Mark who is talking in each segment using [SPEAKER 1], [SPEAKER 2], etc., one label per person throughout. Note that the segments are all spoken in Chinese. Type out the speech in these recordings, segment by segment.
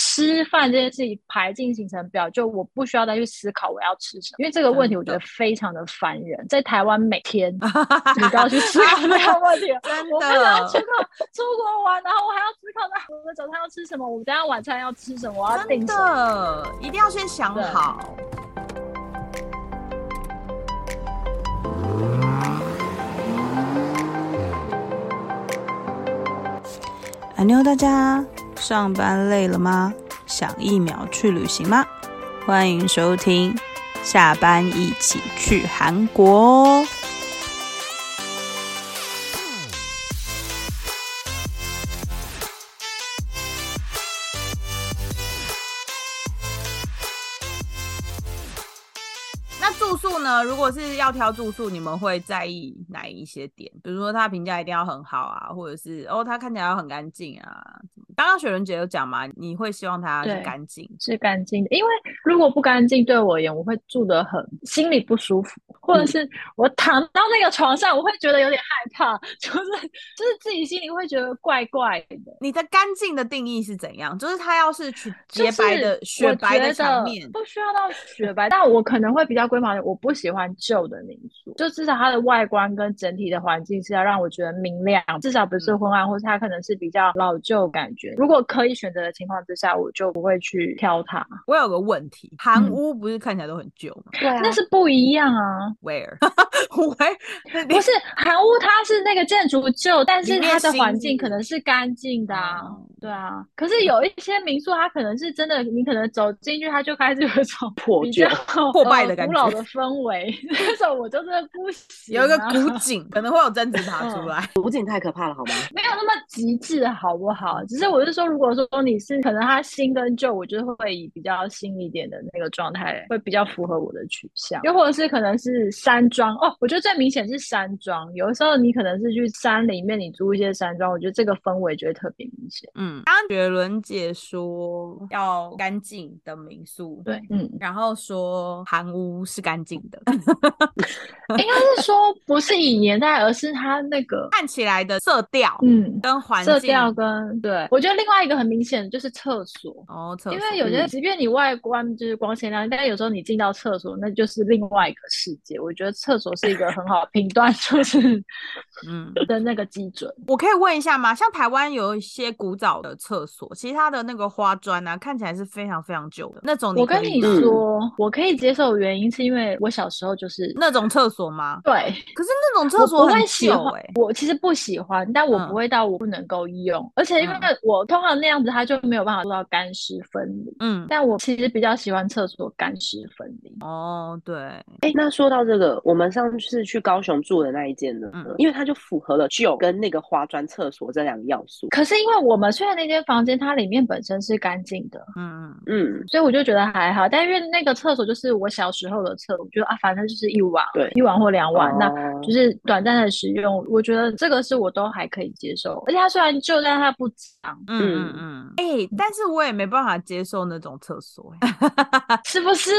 [SPEAKER 1] 吃饭这件事情排进行程表，就我不需要再去思考我要吃什么，因为这个问题我觉得非常的烦人。在台湾每天你都要去思考这个问题，
[SPEAKER 2] 真
[SPEAKER 1] 我不想要出
[SPEAKER 2] 的。
[SPEAKER 1] 国出国玩，然后我还要思考那哦我的早餐要吃什么，我等一下晚餐要吃什么，我要
[SPEAKER 2] 真
[SPEAKER 1] 订什么。
[SPEAKER 2] 的，一定要先想
[SPEAKER 1] 对
[SPEAKER 2] 好。
[SPEAKER 3] 安妞大家，上班累了吗？想一秒去旅行吗？欢迎收听，下班一起去韩国哦。
[SPEAKER 2] 那住宿呢？如果是要挑住宿，你们会在意哪一些点？比如说它评价一定要很好啊，或者是哦它看起来要很干净啊。刚刚雪伦姐有讲嘛，你会希望它是
[SPEAKER 1] 对
[SPEAKER 2] 干净。
[SPEAKER 1] 是干净的，因为如果不干净，对我而言，我会住得很心里不舒服，或者是我躺到那个床上，我会觉得有点害怕， 就是就是自己心里会觉得怪怪的。
[SPEAKER 2] 你的干净的定义是怎样？就是它要是去
[SPEAKER 1] 就
[SPEAKER 2] 洁白
[SPEAKER 1] 是
[SPEAKER 2] 的、雪
[SPEAKER 1] 我
[SPEAKER 2] 白的
[SPEAKER 1] 觉
[SPEAKER 2] 墙
[SPEAKER 1] 得
[SPEAKER 2] 面，
[SPEAKER 1] 不需要到雪白，但我可能会比较规范的，我不喜欢旧的民宿，就至少它的外观跟整体的环境是要让我觉得明亮，至少不
[SPEAKER 2] 嗯
[SPEAKER 1] 是昏暗，或是它可能是比较老旧感觉。如果可以选择的情况之下，我就不会去挑它，
[SPEAKER 2] 我有个问题，韩
[SPEAKER 1] 嗯
[SPEAKER 2] 屋不是看起来都很旧吗
[SPEAKER 4] 对啊，
[SPEAKER 1] 那是不一样啊。
[SPEAKER 2] ？Where？Where？那你
[SPEAKER 1] 不是韩屋，它是那个建筑旧，但
[SPEAKER 2] 里
[SPEAKER 1] 是
[SPEAKER 2] 面
[SPEAKER 1] 它的
[SPEAKER 2] 新
[SPEAKER 1] 环
[SPEAKER 2] 是
[SPEAKER 1] 境
[SPEAKER 2] 不
[SPEAKER 1] 可能是干净的啊。
[SPEAKER 2] 哦
[SPEAKER 1] 对啊，可是有一些民宿，它可能是真的，你可能走进去，它就开始有一种
[SPEAKER 4] 破
[SPEAKER 1] 比
[SPEAKER 4] 旧
[SPEAKER 1] 较
[SPEAKER 2] 破败的
[SPEAKER 1] 呃
[SPEAKER 2] 感
[SPEAKER 1] 古老
[SPEAKER 2] 觉
[SPEAKER 1] 的氛围， 那种我就是不行、啊。
[SPEAKER 2] 有一个古井，可能会有贞子爬出
[SPEAKER 1] 嗯
[SPEAKER 2] 来。
[SPEAKER 4] 古井太可怕了，好吗？
[SPEAKER 1] 没有那么极致，好不好？只是我是说，如果说你是可能它新跟旧，我就是会以比较新一点的那个状态，会比较符合我的取向。又或者是可能是山庄哦，我觉得最明显是山庄。有的时候你可能是去山里面，你租一些山庄，我觉得这个氛围就会特别明显。
[SPEAKER 2] 嗯，刚刚雪伦姐说要干净的民宿，
[SPEAKER 1] 对，嗯，
[SPEAKER 2] 然后说韩屋是干净的，
[SPEAKER 1] 应该是说不是以年代，而是它那个
[SPEAKER 2] 看起来的色调
[SPEAKER 1] 嗯
[SPEAKER 2] 跟环
[SPEAKER 1] 色
[SPEAKER 2] 境
[SPEAKER 1] 调跟对，我觉得另外一个很明显的就是厕所。
[SPEAKER 2] 哦，厕
[SPEAKER 1] 因
[SPEAKER 2] 所
[SPEAKER 1] 为有些，
[SPEAKER 4] 嗯
[SPEAKER 1] 即便你外观就是光鲜亮丽，但有时候你进到厕所，那就是另外一个世界。我觉得厕所是一个很好评断，就是
[SPEAKER 2] 嗯，
[SPEAKER 1] 的那个基准。
[SPEAKER 2] 我可以问一下吗？像台湾有一些古早的厕所，其实它的那个花砖啊，看起来是非常非常旧的那种。
[SPEAKER 1] 我跟
[SPEAKER 2] 哦你
[SPEAKER 1] 你
[SPEAKER 2] 可以
[SPEAKER 4] 嗯
[SPEAKER 1] 说，我可以接受的原因是因为我小时候就是
[SPEAKER 2] 那种厕所吗？
[SPEAKER 1] 对，
[SPEAKER 2] 可是那种
[SPEAKER 1] 我
[SPEAKER 2] 厕所
[SPEAKER 1] 不
[SPEAKER 2] 很
[SPEAKER 1] 会喜
[SPEAKER 2] 旧
[SPEAKER 1] 欢
[SPEAKER 2] 哎、，
[SPEAKER 1] 我其实不喜欢，但我
[SPEAKER 2] 嗯
[SPEAKER 1] 不会到我不能够用，而且因为
[SPEAKER 2] 嗯
[SPEAKER 1] 我通常那样子，它就没有办法做到干湿分离。
[SPEAKER 2] 嗯，
[SPEAKER 1] 但我其实比较喜欢厕所干湿分离。
[SPEAKER 2] 哦，对，
[SPEAKER 4] 哎、那说到这个，我们上次去高雄住的那一间呢，
[SPEAKER 2] 嗯
[SPEAKER 4] 因为它就符合了旧跟那个花砖厕所这两个要素。
[SPEAKER 1] 可是因为我们睡的那间房间，它里面本身是干净的，
[SPEAKER 2] 嗯嗯，
[SPEAKER 4] 嗯，
[SPEAKER 1] 所以我就觉得还好，但因为那个厕所就是我小时候的厕所，我觉得啊，反正就是一晚，
[SPEAKER 4] 对
[SPEAKER 1] 一晚或两晚，那
[SPEAKER 4] 哦
[SPEAKER 1] 就是短暂的使用，我觉得这个是我都还可以接受。而且它虽然旧，但它不脏，
[SPEAKER 2] 嗯嗯嗯，哎、但是我也没办法接受那种厕所、欸，
[SPEAKER 1] 啊是不是？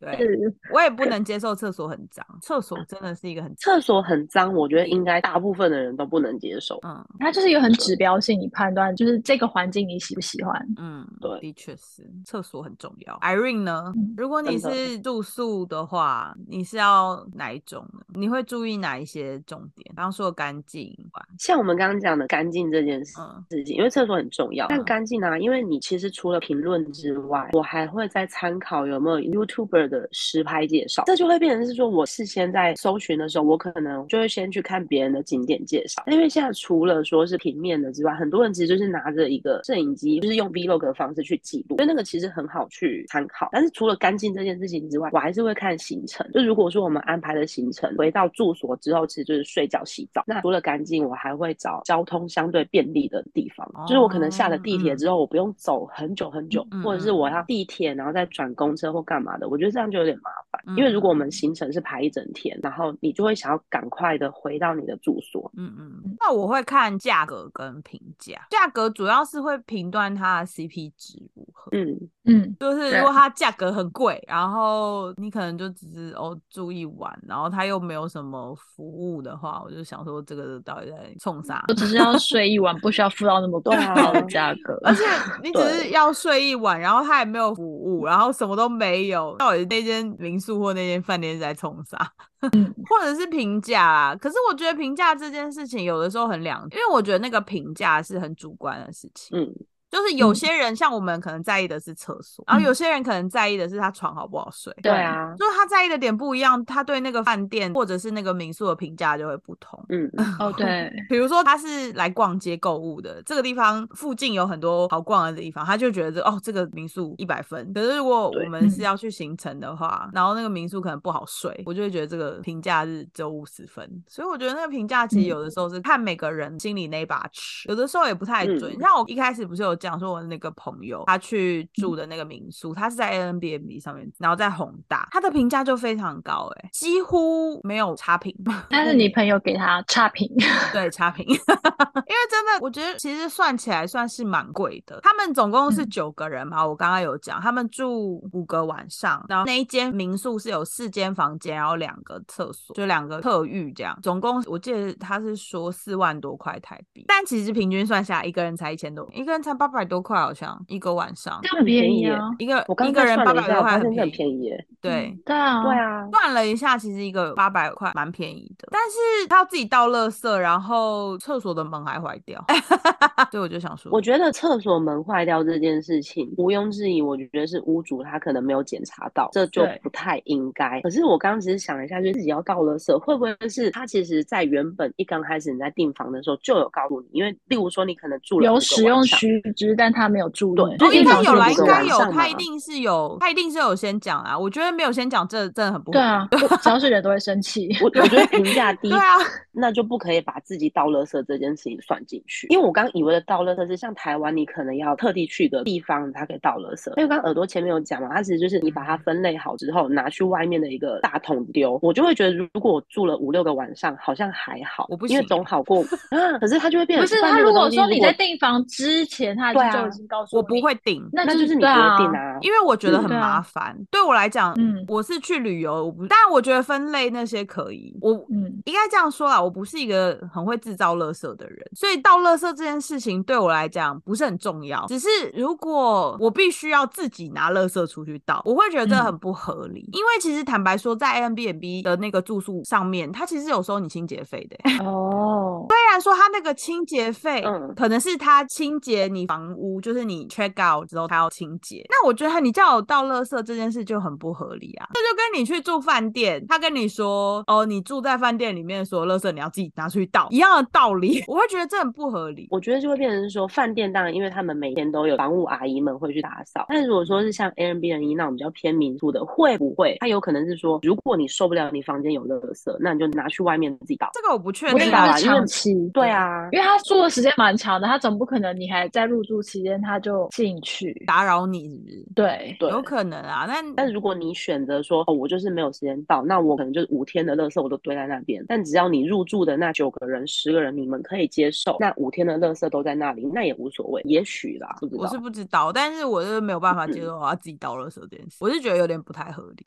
[SPEAKER 2] 对我也不能接受厕所很脏，厕所真的是一个很，
[SPEAKER 4] 厕所很脏，我觉得应该大部分的人都不能接受。
[SPEAKER 2] 嗯
[SPEAKER 1] 它就是有很指标性，你判断就是这个环境你喜不喜欢。
[SPEAKER 2] 嗯，
[SPEAKER 4] 对嗯
[SPEAKER 2] 的确是，厕所很重要。Irene 呢？如果你
[SPEAKER 4] 真的
[SPEAKER 2] 是住宿的话，你是要哪一种呢？你会注意哪一些重点？刚刚说干净，
[SPEAKER 4] 像我们刚刚讲的干净这件事
[SPEAKER 2] 嗯
[SPEAKER 4] 事情，因为厕所很重要，但
[SPEAKER 2] 嗯
[SPEAKER 4] 干净啊，因为你其实除了评论之外，我还会再参考有没有 YouTuber 的实拍介绍，这就会变成是说我事先在搜寻的时候，我可能就会先去看别人的景点介绍，因为现在除了说是平面的之外，很多人其实就是拿着一个摄影机，就是用 Vlog 的方式去记录，所以那个其实很好去参考。但是除了干净这件事情之外，我还是会看行程，就如果说我们安排的行程回到住所之后，其实就是睡觉、洗澡，那除了干净，我还会找交通相对便利的地方，就是我可能下了
[SPEAKER 2] 哦
[SPEAKER 4] 地铁
[SPEAKER 2] 嗯
[SPEAKER 4] 之后。之后我不用走很久很久，
[SPEAKER 2] 嗯
[SPEAKER 4] 或者是
[SPEAKER 2] 嗯
[SPEAKER 4] 我
[SPEAKER 2] 嗯
[SPEAKER 4] 要地铁，然后再转公车或干嘛的，我觉得这样就有点麻烦。因为
[SPEAKER 2] 嗯
[SPEAKER 4] 如果我们行程是排一整天，然后你就会想要赶快的回到你的住所。
[SPEAKER 2] 嗯嗯，那我会看价格跟评价，价格主要是会评断它的 CP 值如何。
[SPEAKER 4] 嗯，
[SPEAKER 1] 嗯，
[SPEAKER 2] 就是
[SPEAKER 4] 对
[SPEAKER 2] 如果它价格很贵，然后你可能就只是哦住一晚，然后它又没有什么服务的话，我就想说这个到底在冲啥？
[SPEAKER 1] 我只是要睡一晚，不需要付到那么高
[SPEAKER 4] 对啊
[SPEAKER 1] 的价 格。
[SPEAKER 2] 而且你只是
[SPEAKER 4] 对
[SPEAKER 2] 要睡一晚，然后它也没有服务，然后什么都没有，到底那间民宿或那间饭店是在冲啥？
[SPEAKER 1] 嗯
[SPEAKER 2] 或者是评价啦。可是我觉得评价这件事情有的时候很两，因为我觉得那个评价是很主观的事情。
[SPEAKER 4] 嗯，嗯
[SPEAKER 2] 就是有
[SPEAKER 1] 嗯
[SPEAKER 2] 些人像我们可能在意的是厕所，然后有些人可能在意的是他床好不好睡。
[SPEAKER 4] 对啊，
[SPEAKER 2] 就是他在意的点不一样，他对那个饭店或者是那个民宿的评价就会不同。
[SPEAKER 4] 嗯，
[SPEAKER 1] 哦，对，
[SPEAKER 2] 比如说他是来逛街购物的，这个地方附近有很多好逛的地方，他就觉得哦这个民宿一百分。可是如果我
[SPEAKER 4] 对
[SPEAKER 2] 们是
[SPEAKER 1] 嗯
[SPEAKER 2] 要去行程的话，然后那个民宿可能不好睡，我就会觉得这个评价是只有五十分。所以我觉得那个评价其实
[SPEAKER 1] 嗯
[SPEAKER 2] 有的时候是看每个人心里那一把尺，有的时候也不太准。
[SPEAKER 4] 嗯
[SPEAKER 2] 像我一开始不是有讲说我那个朋友他去
[SPEAKER 1] 嗯
[SPEAKER 2] 住的那个民宿，他是在 Airbnb 上面，然后在宏大，他的评价就非常高、欸，几乎没有差评。
[SPEAKER 1] 但是你朋友给他差评，
[SPEAKER 2] 对，差 评，因为真的，我觉得其实算起来算是蛮贵的。他们总共是
[SPEAKER 1] 嗯
[SPEAKER 2] 九个人嘛，我刚刚有讲，他们住五个晚上，然后那一间民宿是有四间房间，然后两个厕所，就两个特浴这样。总共我记得他是说四万多块台币，但其实平均算下来，一个人才一千多，一个人才八百多块，好像一个晚上，
[SPEAKER 1] 这
[SPEAKER 4] 很
[SPEAKER 1] 样
[SPEAKER 4] 便宜
[SPEAKER 1] 宜
[SPEAKER 4] 耶
[SPEAKER 1] 啊。
[SPEAKER 2] 一个
[SPEAKER 4] 我刚
[SPEAKER 2] 一
[SPEAKER 4] 刚
[SPEAKER 2] 个
[SPEAKER 4] 再
[SPEAKER 2] 人
[SPEAKER 4] 算
[SPEAKER 2] 八
[SPEAKER 4] 了
[SPEAKER 2] 百
[SPEAKER 4] 一
[SPEAKER 2] 多
[SPEAKER 4] 下，我
[SPEAKER 2] 块
[SPEAKER 4] 发
[SPEAKER 2] 很
[SPEAKER 4] 现
[SPEAKER 2] 便宜，
[SPEAKER 4] 很
[SPEAKER 2] 哦
[SPEAKER 4] 便宜耶，
[SPEAKER 2] 对。
[SPEAKER 1] 对啊，
[SPEAKER 4] 对，啊，
[SPEAKER 2] 算了一下，其实一个八百块蛮便宜的，但是他要自己倒垃圾，然后厕所的门还坏掉， 所以我就想说，
[SPEAKER 4] 我觉得厕所门坏掉这件事情，毋庸置疑，我觉得是屋主他可能没有检查到，这就
[SPEAKER 1] 对
[SPEAKER 4] 不太应该。可是我刚刚只是想了一下，就是自己要倒垃圾，会不会是他其实在原本一刚开始你在订房的时候就有告诉你？因为例如说你可能住了
[SPEAKER 1] 有
[SPEAKER 4] 五个
[SPEAKER 1] 使
[SPEAKER 4] 晚
[SPEAKER 1] 用
[SPEAKER 4] 上
[SPEAKER 1] 须知，但他没有注意
[SPEAKER 4] 对。
[SPEAKER 1] 他
[SPEAKER 2] 哦，
[SPEAKER 4] 最
[SPEAKER 1] 订
[SPEAKER 2] 应
[SPEAKER 4] 近
[SPEAKER 2] 该
[SPEAKER 1] 房
[SPEAKER 4] 好
[SPEAKER 1] 是五个
[SPEAKER 2] 有啦，应
[SPEAKER 4] 像有个
[SPEAKER 2] 该
[SPEAKER 1] 晚
[SPEAKER 4] 晚
[SPEAKER 2] 有，
[SPEAKER 1] 上，啊
[SPEAKER 4] 上
[SPEAKER 2] 他
[SPEAKER 4] 嘛
[SPEAKER 2] 一定是有，他一定是有先讲啊。我觉得没有先讲，这真的很不合
[SPEAKER 1] 对
[SPEAKER 2] 理。
[SPEAKER 1] 啊，小水人都会生气。
[SPEAKER 4] 我我觉得评价 低，
[SPEAKER 2] 对啊，
[SPEAKER 4] 那就不可以把自己倒垃圾这件事情算进去。因为我刚以为的倒垃圾是像台湾，你可能要特地去一个地方，你才可以倒垃圾。因为刚刚耳朵前面有讲嘛，它其实就是你把它分类好之后，拿去外面的一个大桶丢。我就会觉得，如果我住了五六个晚上，好像还好，
[SPEAKER 2] 我不
[SPEAKER 4] 因为
[SPEAKER 2] 行
[SPEAKER 4] 总好 过啊。可是它就会变
[SPEAKER 1] 不
[SPEAKER 4] 成
[SPEAKER 1] 是
[SPEAKER 4] 外
[SPEAKER 1] 他，
[SPEAKER 4] 面的
[SPEAKER 1] 如果
[SPEAKER 4] 东西
[SPEAKER 1] 说你在
[SPEAKER 4] 果
[SPEAKER 1] 订房之前，他已
[SPEAKER 4] 对
[SPEAKER 1] 经
[SPEAKER 4] 啊
[SPEAKER 1] 就已经告诉
[SPEAKER 2] 我
[SPEAKER 1] 你
[SPEAKER 2] 不，会顶，
[SPEAKER 1] 那
[SPEAKER 4] 那
[SPEAKER 1] 就
[SPEAKER 4] 就是你
[SPEAKER 1] 对
[SPEAKER 4] 决
[SPEAKER 1] 啊，
[SPEAKER 4] 定啊。
[SPEAKER 2] 因为我觉得
[SPEAKER 4] 嗯
[SPEAKER 2] 很
[SPEAKER 1] 对啊
[SPEAKER 2] 麻烦。对我来讲，
[SPEAKER 1] 嗯
[SPEAKER 2] 我是去旅游，我不，但我觉得分类那些可以，我
[SPEAKER 1] 嗯，
[SPEAKER 2] 应该这样说啦，我不是一个很会制造垃圾的人，所以倒垃圾这件事情对我来讲不是很重要。只是如果我必须要自己拿垃圾出去倒，我会觉得这
[SPEAKER 1] 嗯
[SPEAKER 2] 很不合理。因为其实坦白说，在 Airbnb 的那个住宿上面，它其实有收你清洁费的、欸
[SPEAKER 1] 哦，
[SPEAKER 2] 虽然说它那个清洁费，
[SPEAKER 4] 嗯
[SPEAKER 2] 可能是它清洁你房屋，就是你 check out 之后它要清洁。那我觉得它你叫我倒垃圾这件事就很不合理啊！这就跟你去住饭店，他跟你说哦，你住在饭店里面的所有垃圾你要自己拿出去倒一样的道理， 我会觉得这很不合理。
[SPEAKER 4] 我觉得就会变成是说，饭店当然因为他们每天都有房务阿姨们会去打扫，但如果说是像 Airbnb 那种比较偏民宿的，会不会它有可能是说，如果你受不了你房间有垃圾，那你就拿去外面自己倒。
[SPEAKER 2] 这个我不确
[SPEAKER 1] 我觉
[SPEAKER 2] 定
[SPEAKER 1] 得
[SPEAKER 4] 知道
[SPEAKER 2] 啊
[SPEAKER 1] 他
[SPEAKER 4] 啦
[SPEAKER 1] 是
[SPEAKER 4] 因为
[SPEAKER 1] 长期，
[SPEAKER 4] 对啊，
[SPEAKER 1] 因为他住的时间蛮长的，他总不可能你还在入住期间他就进去。
[SPEAKER 2] 打扰你是不是？
[SPEAKER 1] 对，
[SPEAKER 4] 对。
[SPEAKER 2] 有可能啊，但
[SPEAKER 4] 但如果你选择说，哦，我就是没有时间到，那我可能就是五天的垃圾我都堆在那边。但只要你入住的那九个人、十个人，你们可以接受，那五天的垃圾都在那里，那也无所谓，也许啦，不知
[SPEAKER 2] 我
[SPEAKER 4] 道
[SPEAKER 2] 是。不知道，但是我是没有办法接
[SPEAKER 4] 嗯
[SPEAKER 2] 受我要自己倒垃圾这件事，我是觉得有点不太合理，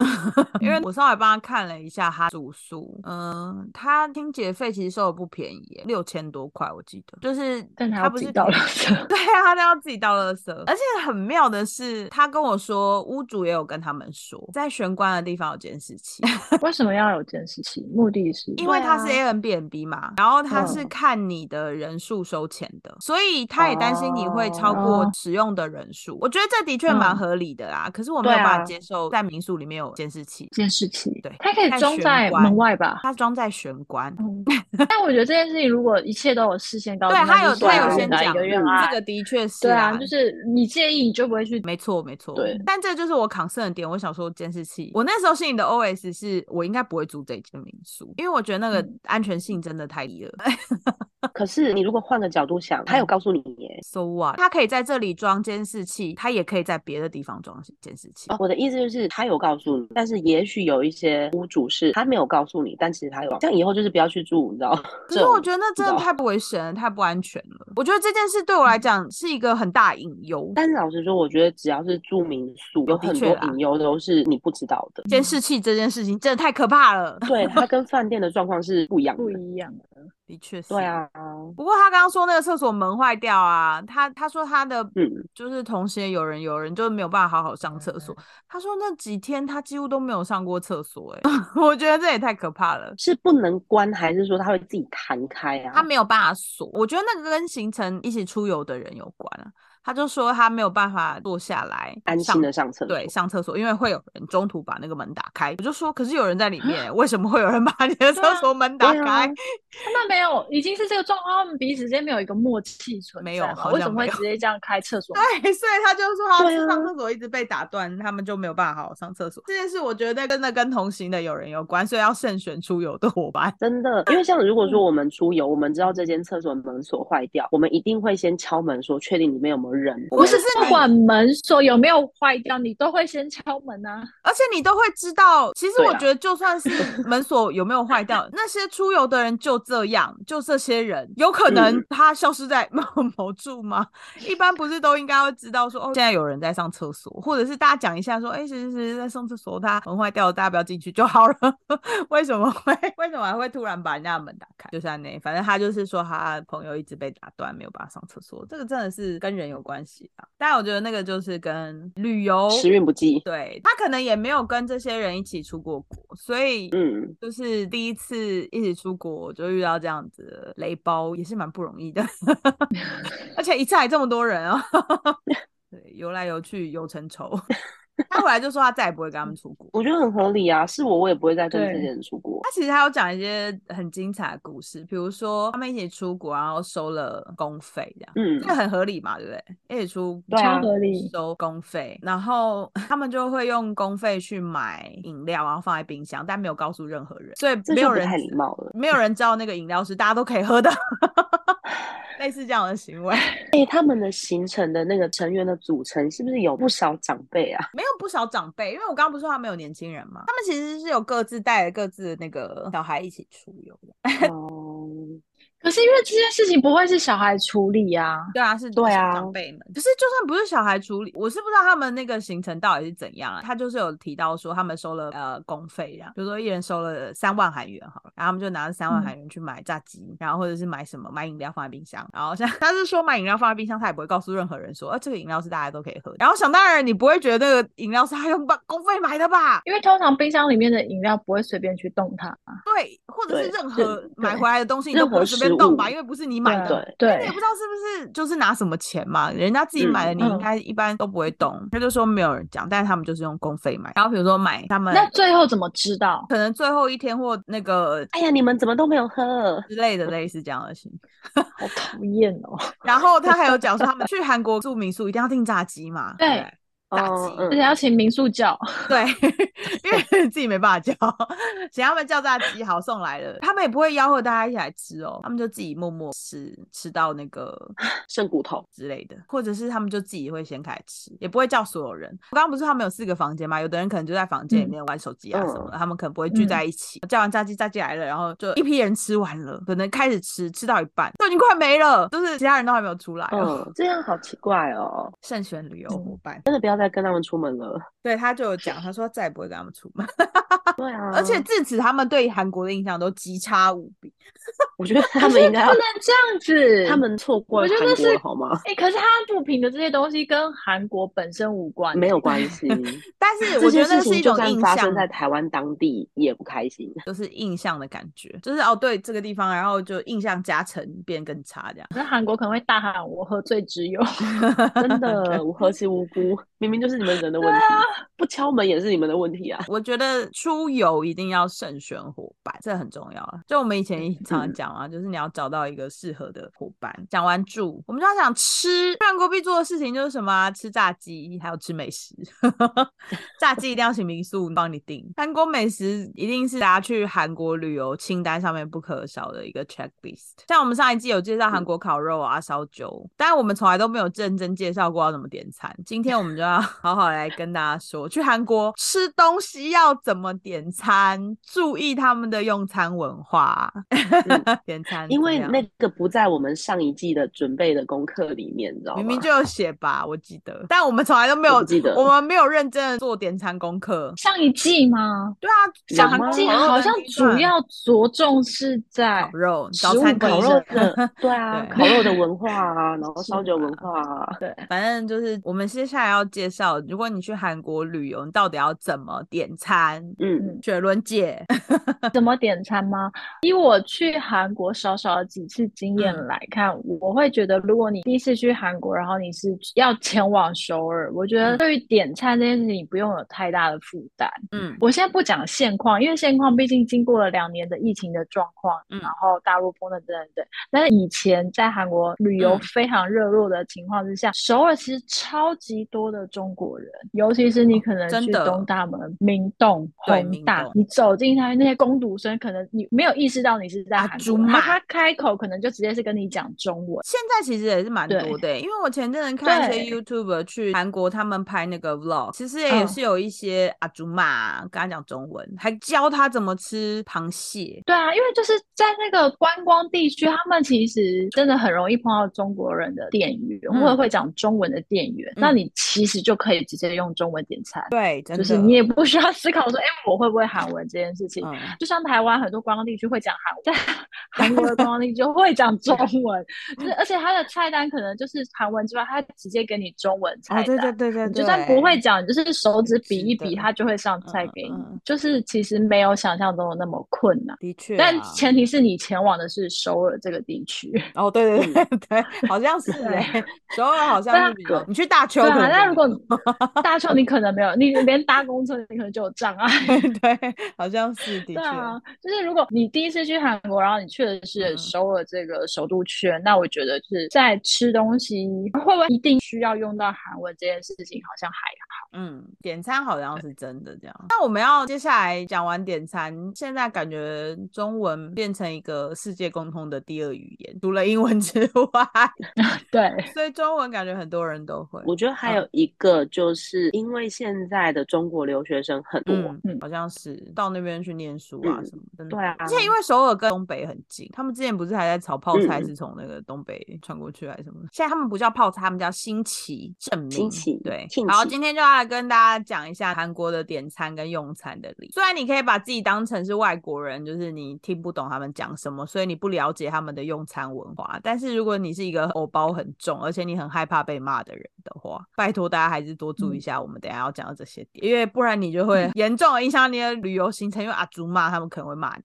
[SPEAKER 2] 因为我稍微帮他看了一下他住宿，嗯，他清洁费其实收的不便宜耶，六千多块我记得，就是
[SPEAKER 1] 但他
[SPEAKER 2] 他
[SPEAKER 1] 要
[SPEAKER 2] 不
[SPEAKER 1] 自己
[SPEAKER 2] 是
[SPEAKER 1] 倒
[SPEAKER 2] 可以
[SPEAKER 1] 垃圾。
[SPEAKER 2] 对啊，他都要自己倒垃圾，而且很妙的是，他跟我说屋主也有跟他们说，在玄关的地方有监视器，
[SPEAKER 1] 为什么要有监视器？目的是
[SPEAKER 2] 因为
[SPEAKER 1] 对
[SPEAKER 2] 它是
[SPEAKER 1] 啊
[SPEAKER 2] Airbnb 嘛，然后它是
[SPEAKER 1] 嗯
[SPEAKER 2] 看你的人数收钱的，所以他也担心你会超过
[SPEAKER 1] 哦
[SPEAKER 2] 使用的人数。我觉得这的确蛮
[SPEAKER 1] 嗯
[SPEAKER 2] 合理的啦，可是我没有
[SPEAKER 4] 对啊
[SPEAKER 2] 办法接受在民宿里面有监视器，
[SPEAKER 1] 监视器，
[SPEAKER 2] 对
[SPEAKER 1] 它可以
[SPEAKER 2] 在
[SPEAKER 1] 装
[SPEAKER 2] 玄
[SPEAKER 1] 在
[SPEAKER 2] 关
[SPEAKER 1] 门外吧？
[SPEAKER 2] 它装在玄关。
[SPEAKER 1] 嗯，但我觉得这件事情如果一切都有事先告诉
[SPEAKER 2] 对，
[SPEAKER 1] 你，
[SPEAKER 2] 他有
[SPEAKER 1] 那就
[SPEAKER 2] 他
[SPEAKER 1] 算
[SPEAKER 2] 有
[SPEAKER 1] 了
[SPEAKER 2] 先
[SPEAKER 1] 你来
[SPEAKER 2] 讲，嗯
[SPEAKER 1] 一个愿
[SPEAKER 4] 啊
[SPEAKER 1] 爱
[SPEAKER 2] 这个的确是
[SPEAKER 1] 对啊，
[SPEAKER 2] 啦
[SPEAKER 1] 就是你介意你就不会去，
[SPEAKER 2] 没错，没错，
[SPEAKER 4] 对
[SPEAKER 2] 但这就是我 concern 的点。我想说监视器，我那时候心里的 OS 是我应该不会租这间民宿，因为我觉得那个
[SPEAKER 1] 嗯
[SPEAKER 2] 安全性真的太低了。
[SPEAKER 4] 可是你如果换个角度想，他有告诉你耶。
[SPEAKER 2] So what？他可以在这里装监视器，他也可以在别的地方装监视器。
[SPEAKER 4] 哦，我的意思就是他有告诉你，但是也许有一些屋主是他没有告诉你，但其实他有。像以后就是不要去住，你知道？
[SPEAKER 2] 可是我
[SPEAKER 4] 这种
[SPEAKER 2] 觉得那真的
[SPEAKER 4] 道嗯
[SPEAKER 2] 太不危险了，太不安全了。我觉得这件事对我来讲是一个很大隐忧。
[SPEAKER 4] 但是老实说，我觉得只要是住民宿，有
[SPEAKER 2] 的
[SPEAKER 4] 很
[SPEAKER 2] 确
[SPEAKER 4] 多
[SPEAKER 2] 啦
[SPEAKER 4] 隐忧都是你不知道 的。
[SPEAKER 2] 监视器这件事情真的太可怕 了，
[SPEAKER 4] 对，它跟饭店的状况是不一样
[SPEAKER 1] 不
[SPEAKER 4] 的。
[SPEAKER 1] 一样的。
[SPEAKER 2] 的确是。
[SPEAKER 4] 对。啊，
[SPEAKER 2] 不过他刚刚说那个厕所门坏掉啊，他他说他的
[SPEAKER 4] 嗯，
[SPEAKER 2] 就是同时也有人有人就没有办法好好上厕所。他说那几天他几乎都没有上过厕所、欸， 我觉得这也太可怕了。
[SPEAKER 4] 是不能关，还是说它会自己弹开啊？
[SPEAKER 2] 他没有办法锁，我觉得那个跟行程一起出游的人有关啊。他就说他没有办法坐下来
[SPEAKER 4] 安
[SPEAKER 2] 上
[SPEAKER 4] 心的上厕所。
[SPEAKER 2] 对，上厕所，因为会有人中途把那个门打开。我就说，可是有人在里面，为什么会有人把你的
[SPEAKER 1] 对
[SPEAKER 2] 厕
[SPEAKER 1] 啊
[SPEAKER 2] 所门打
[SPEAKER 4] 啊对啊
[SPEAKER 2] 开？
[SPEAKER 1] 他们没有，已经是这个状况，他们彼此之间没有一个默契存在
[SPEAKER 2] 没有
[SPEAKER 1] 嘛
[SPEAKER 2] 好
[SPEAKER 1] 为
[SPEAKER 2] 像
[SPEAKER 1] 什么
[SPEAKER 2] 没
[SPEAKER 1] 会
[SPEAKER 2] 有
[SPEAKER 1] 直接这样开厕所门？
[SPEAKER 2] 对，所以他就说他
[SPEAKER 4] 对
[SPEAKER 2] 去上
[SPEAKER 4] 啊
[SPEAKER 2] 厕所一直被打断，他们就没有办法好好上厕所。这件事我觉得真的跟同行的友人有关，所以要慎选出游的伙伴。
[SPEAKER 4] 真的，因为像如果说我们出游，我们知道这间厕所门锁坏掉，我们一定会先敲门说确定里面有没有人。
[SPEAKER 2] 不
[SPEAKER 1] 不
[SPEAKER 2] 是
[SPEAKER 1] 是
[SPEAKER 2] 是
[SPEAKER 1] 不
[SPEAKER 2] 你
[SPEAKER 1] 管门锁有没有坏掉，你都会先敲门啊。
[SPEAKER 2] 而且你都会知道，其实
[SPEAKER 4] 对啊
[SPEAKER 2] 我
[SPEAKER 4] 啦
[SPEAKER 2] 觉得就算 是门锁有没有坏掉，那些出游的人就这样，就这些人，有可能
[SPEAKER 4] 嗯
[SPEAKER 2] 他消失在 某某处吗？一般不是都应该要知道说，哦，现在有人在上厕所，或者是大家讲一下说，哎、谁谁谁在上厕所，他门坏掉了，大家不要进去就好了。 为什么会为什么还会突然把人家的门打开？就像那，反正他就是说他朋友一直被打断，没有办法上厕所，这个真的是跟人有关系啊。但我觉得那个就是跟旅游
[SPEAKER 4] 时运不济，
[SPEAKER 2] 对他可能也没有跟这些人一起出过国，所以
[SPEAKER 4] 嗯，
[SPEAKER 2] 就是第一次一起出国就遇到这样子的雷包，也是蛮不容易的， 而且一次还这么多人啊、 对，游来游去游成仇。 他回来就说他再也不会跟他们出国。
[SPEAKER 4] 我觉得很合理啊。是我，我也不会再跟
[SPEAKER 1] 对
[SPEAKER 4] 这些人出国。
[SPEAKER 2] 他其实还有讲一些很精彩的故事，比如说他们一起出国，然后收了公费这样。
[SPEAKER 4] 嗯
[SPEAKER 2] 这，个很合理嘛，对不 对？一起出
[SPEAKER 4] 对
[SPEAKER 1] 超
[SPEAKER 4] 啊
[SPEAKER 1] 合理
[SPEAKER 2] 收公费，然后 他们就会用公费去买饮料，然后放在冰箱，但没有告诉任何人，所以
[SPEAKER 4] 这
[SPEAKER 2] 没
[SPEAKER 4] 就
[SPEAKER 2] 有
[SPEAKER 4] 不
[SPEAKER 2] 人
[SPEAKER 4] 太
[SPEAKER 2] 知
[SPEAKER 4] 礼貌了。
[SPEAKER 2] 没有人知道那个饮料是大家都可以喝的， 类似这样的行 为。
[SPEAKER 4] 哎、他们的行程的那个成员的组成是不是有不少长辈啊？
[SPEAKER 2] 没有不少长辈，因为我刚刚不是说他们有年轻人嘛，他们其实是有各自带了各自的那个小孩一起出游的。
[SPEAKER 4] 哦，
[SPEAKER 1] 可是因为这件事情不会是小孩处理啊，
[SPEAKER 2] 对啊，是
[SPEAKER 4] 对
[SPEAKER 2] 是
[SPEAKER 4] 啊
[SPEAKER 2] 长辈们。可是就算不是小孩处理，我是不知道他们那个行程到底是怎样啊。他就是有提到说他们收了呃公费啊，比如说一人收了三万韩元好了，然后他们就拿着三万
[SPEAKER 1] 嗯
[SPEAKER 2] 韩元去买炸鸡，然后或者是买什么买饮料放在冰箱，然后像他是说买饮料放在冰箱，他也不会告诉任何人说，呃这个饮料是大家都可以喝的。然后想当然你不会觉得那个饮料是他用把公费买的吧？
[SPEAKER 1] 因为通常冰箱里面的饮料不会随便去动它。
[SPEAKER 2] 对，或者是
[SPEAKER 4] 对
[SPEAKER 2] 任何
[SPEAKER 4] 对
[SPEAKER 2] 买
[SPEAKER 4] 对
[SPEAKER 2] 回来的东西你都
[SPEAKER 4] 任
[SPEAKER 2] 不会
[SPEAKER 4] 何
[SPEAKER 2] 随便
[SPEAKER 4] 食
[SPEAKER 2] 动吧，
[SPEAKER 4] 物
[SPEAKER 2] 因为不是你买的
[SPEAKER 4] 对啊
[SPEAKER 2] 嘛。
[SPEAKER 1] 嗯对
[SPEAKER 2] 那你也不知道啊是不是就是拿什么钱嘛，人家自己买的，
[SPEAKER 4] 嗯
[SPEAKER 2] 你应
[SPEAKER 1] 嗯
[SPEAKER 2] 该一般都不会懂。他就说没有人讲，但是他们就是用公费买。然后比如说买
[SPEAKER 4] 哎
[SPEAKER 2] 他们
[SPEAKER 1] 那最后怎么知道？
[SPEAKER 2] 可能最后一天或那个
[SPEAKER 4] 哎呀，你们怎么都没有喝？
[SPEAKER 2] 之类的类似这样的事情。
[SPEAKER 1] 好讨厌哦！
[SPEAKER 2] 然后他还有讲说他们去韩国住民宿一定要订炸鸡嘛，对
[SPEAKER 1] 对
[SPEAKER 2] 不对。炸鸡
[SPEAKER 4] 哦
[SPEAKER 1] 而
[SPEAKER 4] 嗯
[SPEAKER 1] 且要请民宿叫，
[SPEAKER 2] 对， 因为自己没办法叫，请他们叫炸鸡好送来了，他们也不会吆喝大家一起来吃哦，他们就自己默默吃吃到那个
[SPEAKER 4] 剩骨头。
[SPEAKER 2] 之类的，或者是他们就自己会先开始吃，也不会叫所有人。我刚刚不是说他们有四个房间嘛，有的人可能就在房间里
[SPEAKER 1] 嗯
[SPEAKER 2] 面玩手机啊什么的，他们可能不会
[SPEAKER 1] 嗯
[SPEAKER 2] 聚在一起。叫完炸鸡，炸鸡来了，然后就一批人吃完了，可能开始吃，吃到一半都已经快没了，就是其他人都还没有出来哦。
[SPEAKER 4] 嗯，这样好奇怪哦，
[SPEAKER 2] 慎选旅游伙伴，
[SPEAKER 4] 真的不要再跟他们出门了。
[SPEAKER 2] 对他就有讲，他说再也不会跟他们出门，
[SPEAKER 4] 对啊，
[SPEAKER 2] 而且自此他们对韩国的印象都极差无比。
[SPEAKER 4] 我觉得他们应该
[SPEAKER 1] 不
[SPEAKER 4] 要
[SPEAKER 1] 能这样子。
[SPEAKER 4] 他们错过
[SPEAKER 1] 我
[SPEAKER 4] 了
[SPEAKER 1] 觉
[SPEAKER 4] 韩
[SPEAKER 1] 得
[SPEAKER 4] 国
[SPEAKER 1] 是
[SPEAKER 4] 了好吗？
[SPEAKER 1] 哎、可是他们不平的这些东西跟韩国本身无关，
[SPEAKER 4] 没有关 系，
[SPEAKER 2] 但是
[SPEAKER 4] 这
[SPEAKER 2] 我觉
[SPEAKER 4] 些
[SPEAKER 2] 得那是
[SPEAKER 4] 事
[SPEAKER 2] 一
[SPEAKER 4] 情就
[SPEAKER 2] 种
[SPEAKER 4] 算
[SPEAKER 2] 印
[SPEAKER 4] 发
[SPEAKER 2] 象
[SPEAKER 4] 生，在台湾当地也不开心。
[SPEAKER 2] 就是印象的感觉，就是哦对这个地方，然后就印象加成变更差这样。
[SPEAKER 1] 那韩国可能会大喊“我何罪之有
[SPEAKER 4] 真 的，我何其无辜！明明就是你们人的问题，
[SPEAKER 2] 啊
[SPEAKER 4] 不敲门也是你们的问题 啊！
[SPEAKER 2] 我觉得出游一定要慎选伙伴，这很重要啊。就我们以前也常常讲啊，就是你要找到一个适合的伙伴。讲完住，我们就要讲吃。虽然国必做的事情就是什么啊、吃炸鸡，还有吃美食。炸鸡一定要请民宿帮你订。韩国美食一定是大家去韩国旅游清单上面不可少的一个 checklist。像我们上一季有介
[SPEAKER 4] 嗯
[SPEAKER 2] 绍韩国烤肉啊、烧酒，但我们从来都没有认真介绍过要怎么点餐。今天我们就要 好好来跟大家说，去韩国吃东西要怎么点餐，注意他们的用餐文化。 点餐
[SPEAKER 4] 嗯因为
[SPEAKER 2] 怎么样
[SPEAKER 4] 那个不在我们上一季的准备的功课里面，你知道吗？
[SPEAKER 2] 明明就有写吧，我记得，但我们从来都没有
[SPEAKER 4] 我不记得
[SPEAKER 2] 我们没有认真的做点餐功课。
[SPEAKER 1] 上一季吗？
[SPEAKER 2] 对啊，
[SPEAKER 4] 有
[SPEAKER 2] 讲
[SPEAKER 4] 吗
[SPEAKER 1] 上一
[SPEAKER 2] 韩
[SPEAKER 4] 我
[SPEAKER 1] 季
[SPEAKER 2] 国烤肉
[SPEAKER 1] 好
[SPEAKER 2] 的
[SPEAKER 1] 像
[SPEAKER 2] 那一
[SPEAKER 1] 主
[SPEAKER 2] 段
[SPEAKER 1] 要着重是在
[SPEAKER 2] 烤肉、早
[SPEAKER 1] 食物
[SPEAKER 2] 餐
[SPEAKER 1] 本
[SPEAKER 4] 烤
[SPEAKER 2] 烤
[SPEAKER 4] 肉
[SPEAKER 2] 肉。
[SPEAKER 4] 的，对啊，
[SPEAKER 2] 对
[SPEAKER 4] 烤肉的文化啊，然后烧
[SPEAKER 2] 是
[SPEAKER 4] 酒
[SPEAKER 2] 吧
[SPEAKER 4] 文化啊，
[SPEAKER 1] 对
[SPEAKER 2] 反正就是我们接下来要介绍，如果你去韩国旅游，你到底要怎么点餐？
[SPEAKER 4] 嗯，
[SPEAKER 1] 嗯
[SPEAKER 2] 雪伦姐，
[SPEAKER 1] 怎么点餐吗？以我去韩国少少几次经验
[SPEAKER 2] 嗯
[SPEAKER 1] 来看，我会觉得，如果你第一次去韩国，然后你是要前往首尔，我觉
[SPEAKER 2] 嗯
[SPEAKER 1] 得对于点餐这件事情，你不用有太大的负担。
[SPEAKER 2] 嗯
[SPEAKER 1] 我现在不讲现况，因为现况毕竟经过了两年的疫情的状况，
[SPEAKER 2] 嗯
[SPEAKER 1] 然后大陆封的等等等。但是以前在韩国旅游
[SPEAKER 2] 嗯
[SPEAKER 1] 非常热络的情况之下，首尔其实超级多的中国人，尤其是你可能
[SPEAKER 2] 真
[SPEAKER 1] 去
[SPEAKER 2] 的
[SPEAKER 1] 东大门、明洞、
[SPEAKER 2] 对
[SPEAKER 1] 宏
[SPEAKER 2] 明
[SPEAKER 1] 大
[SPEAKER 2] 洞，
[SPEAKER 1] 你走进他那些工读生，可能你没有意识到你是在
[SPEAKER 2] 啊
[SPEAKER 1] 韩
[SPEAKER 2] 竹
[SPEAKER 1] 国人，
[SPEAKER 2] 马
[SPEAKER 1] 他他开口可能就直接是跟你讲中文。
[SPEAKER 2] 现在其实也是蛮多的欸、因为我前阵子看一些
[SPEAKER 1] 对
[SPEAKER 2] YouTuber 去韩国，他们拍那个 Vlog，其实也
[SPEAKER 1] 嗯
[SPEAKER 2] 是有一些阿祖玛啊跟他讲中文，还教他怎么吃螃蟹。
[SPEAKER 1] 对啊，因为就是在那个观光地区，他们其实真的很容易碰到中国人的店员，
[SPEAKER 2] 嗯
[SPEAKER 1] 或者会讲中文的店员。那
[SPEAKER 2] 嗯
[SPEAKER 1] 你其实就可以直接用中文点餐，
[SPEAKER 2] 对，真
[SPEAKER 1] 就
[SPEAKER 2] 的，
[SPEAKER 1] 是你也不需要思考说，哎，我会不会韩文这件事情。
[SPEAKER 2] 嗯，
[SPEAKER 1] 就像台湾很多观光地区会讲韩文，在 韩国的观光地区会讲中文， 就是而且它的菜单可能就是韩文之外，它直接给你中文菜
[SPEAKER 2] 哦，
[SPEAKER 1] 单。
[SPEAKER 2] 对对对对，
[SPEAKER 1] 你就算不会
[SPEAKER 2] 对
[SPEAKER 1] 讲，你就是手指比一
[SPEAKER 2] 是
[SPEAKER 1] 比，
[SPEAKER 2] 的
[SPEAKER 1] 它就会上菜
[SPEAKER 2] 嗯
[SPEAKER 1] 给你。
[SPEAKER 2] 嗯嗯
[SPEAKER 1] 就是其实没有想象中的那么困难。
[SPEAKER 2] 的确啊，
[SPEAKER 1] 但前提是你前往的是首尔这个地区。
[SPEAKER 2] 哦，对对对对，好像 是
[SPEAKER 1] 嗯对
[SPEAKER 2] 哎、 首尔好像
[SPEAKER 1] 啊
[SPEAKER 2] 是比较
[SPEAKER 4] 对
[SPEAKER 2] 你去大邱
[SPEAKER 1] 对
[SPEAKER 2] 可
[SPEAKER 1] 啊，
[SPEAKER 2] 能
[SPEAKER 1] 那如
[SPEAKER 2] 就
[SPEAKER 1] 果大邱你可能没有，你连搭公车你可能就有障碍。
[SPEAKER 2] 没有 对，好像是的
[SPEAKER 1] 对啊
[SPEAKER 2] 确，，
[SPEAKER 1] 就是如果你第一次去韩国，然后你去的是
[SPEAKER 2] 嗯
[SPEAKER 1] 首尔这个首都圈，那我觉得就是在吃东西会不会一定需要用到韩文这件事情，好像还好。
[SPEAKER 2] 嗯，点餐好像是真的这样。那我们要接下来讲完点餐，现在感觉中文变成一个世界共通的第二语言，除了英文之外，
[SPEAKER 1] 对，
[SPEAKER 2] 所以中文感觉很多人都会。
[SPEAKER 4] 我觉得还
[SPEAKER 2] 嗯
[SPEAKER 4] 有一个就是因为现在的中国留学生很多，
[SPEAKER 2] 嗯
[SPEAKER 1] 嗯
[SPEAKER 2] 好像是到那边去念书啊
[SPEAKER 4] 嗯
[SPEAKER 2] 什么的。
[SPEAKER 4] 对啊
[SPEAKER 2] 而且因为首尔跟东北很近，他们之前不是还在炒泡菜
[SPEAKER 4] 嗯
[SPEAKER 2] 是从那个东北传过去还是什么？现在他们不叫泡菜，他们叫新奇证明。
[SPEAKER 4] 新奇
[SPEAKER 2] 对
[SPEAKER 4] 庆。
[SPEAKER 2] 好，
[SPEAKER 4] 奇
[SPEAKER 2] 今天就要来跟大家讲一下韩国的点餐跟用餐的礼。虽然你可以把自己当成是外国人，就是你听不懂他们讲什么，所以你不了解他们的用餐文化。但是如果你是一个偶包很重，而且你很害怕被骂的人的话，拜托大家还是多注意一
[SPEAKER 1] 嗯
[SPEAKER 2] 下我们等一下要讲的这些点，因为不然你就
[SPEAKER 4] 嗯
[SPEAKER 2] 会严重的影响你的旅游行程。因为阿祖骂他们可能会骂你。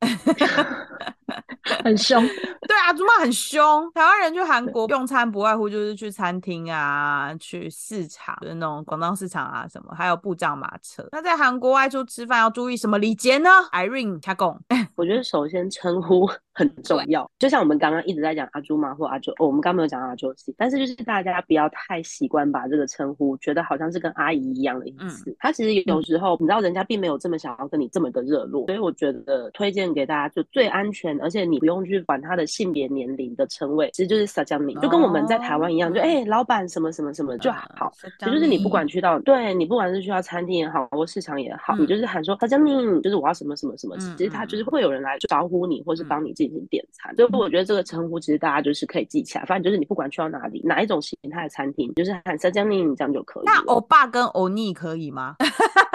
[SPEAKER 1] 很凶。
[SPEAKER 2] 对啊，祖妈很凶。台湾人去韩国用餐不外乎就是去餐厅啊，去市场，就是那种广东市场啊什么，还有布障马车。那在韩国外出吃饭要注意什么礼节呢？Irene 加贡，
[SPEAKER 4] 我觉得首先称呼 很重要，就像我们刚刚一直在讲阿朱玛或阿朱，哦，我们刚刚没有讲阿朱西，但是就是大家不要太习惯把这个称呼觉得好像是跟阿姨一样的意思。他其实有时候你知道人家并没有这么想要跟你这么的热络，所以我觉得推荐给大家就最安全，而且你不用去管他的性别、年龄的称谓，其实就是撒娇你，就跟我们在台湾一样，就
[SPEAKER 2] 哦
[SPEAKER 4] 哎、老板什么什么什么就
[SPEAKER 2] 嗯
[SPEAKER 4] 啊好。，
[SPEAKER 2] 社
[SPEAKER 4] 也就是你
[SPEAKER 2] 交
[SPEAKER 4] 不管
[SPEAKER 2] 礼
[SPEAKER 4] 去到，对你不管是去到餐厅也好，或市场也好，
[SPEAKER 2] 嗯
[SPEAKER 4] 你就是喊说“大家宁”，就是我要什么什么什么，
[SPEAKER 2] 嗯
[SPEAKER 4] 其实他
[SPEAKER 2] 嗯
[SPEAKER 4] 就是会有人来招呼你，或是
[SPEAKER 2] 嗯
[SPEAKER 4] 帮你进行点餐。所以我觉得这个称呼其实大家就是可以记起来，反正就是你不管去到哪里，哪一种形态的餐厅，你就是喊“大家宁”这样就可以
[SPEAKER 2] 那欧
[SPEAKER 4] 了。
[SPEAKER 2] 巴跟欧尼可以吗？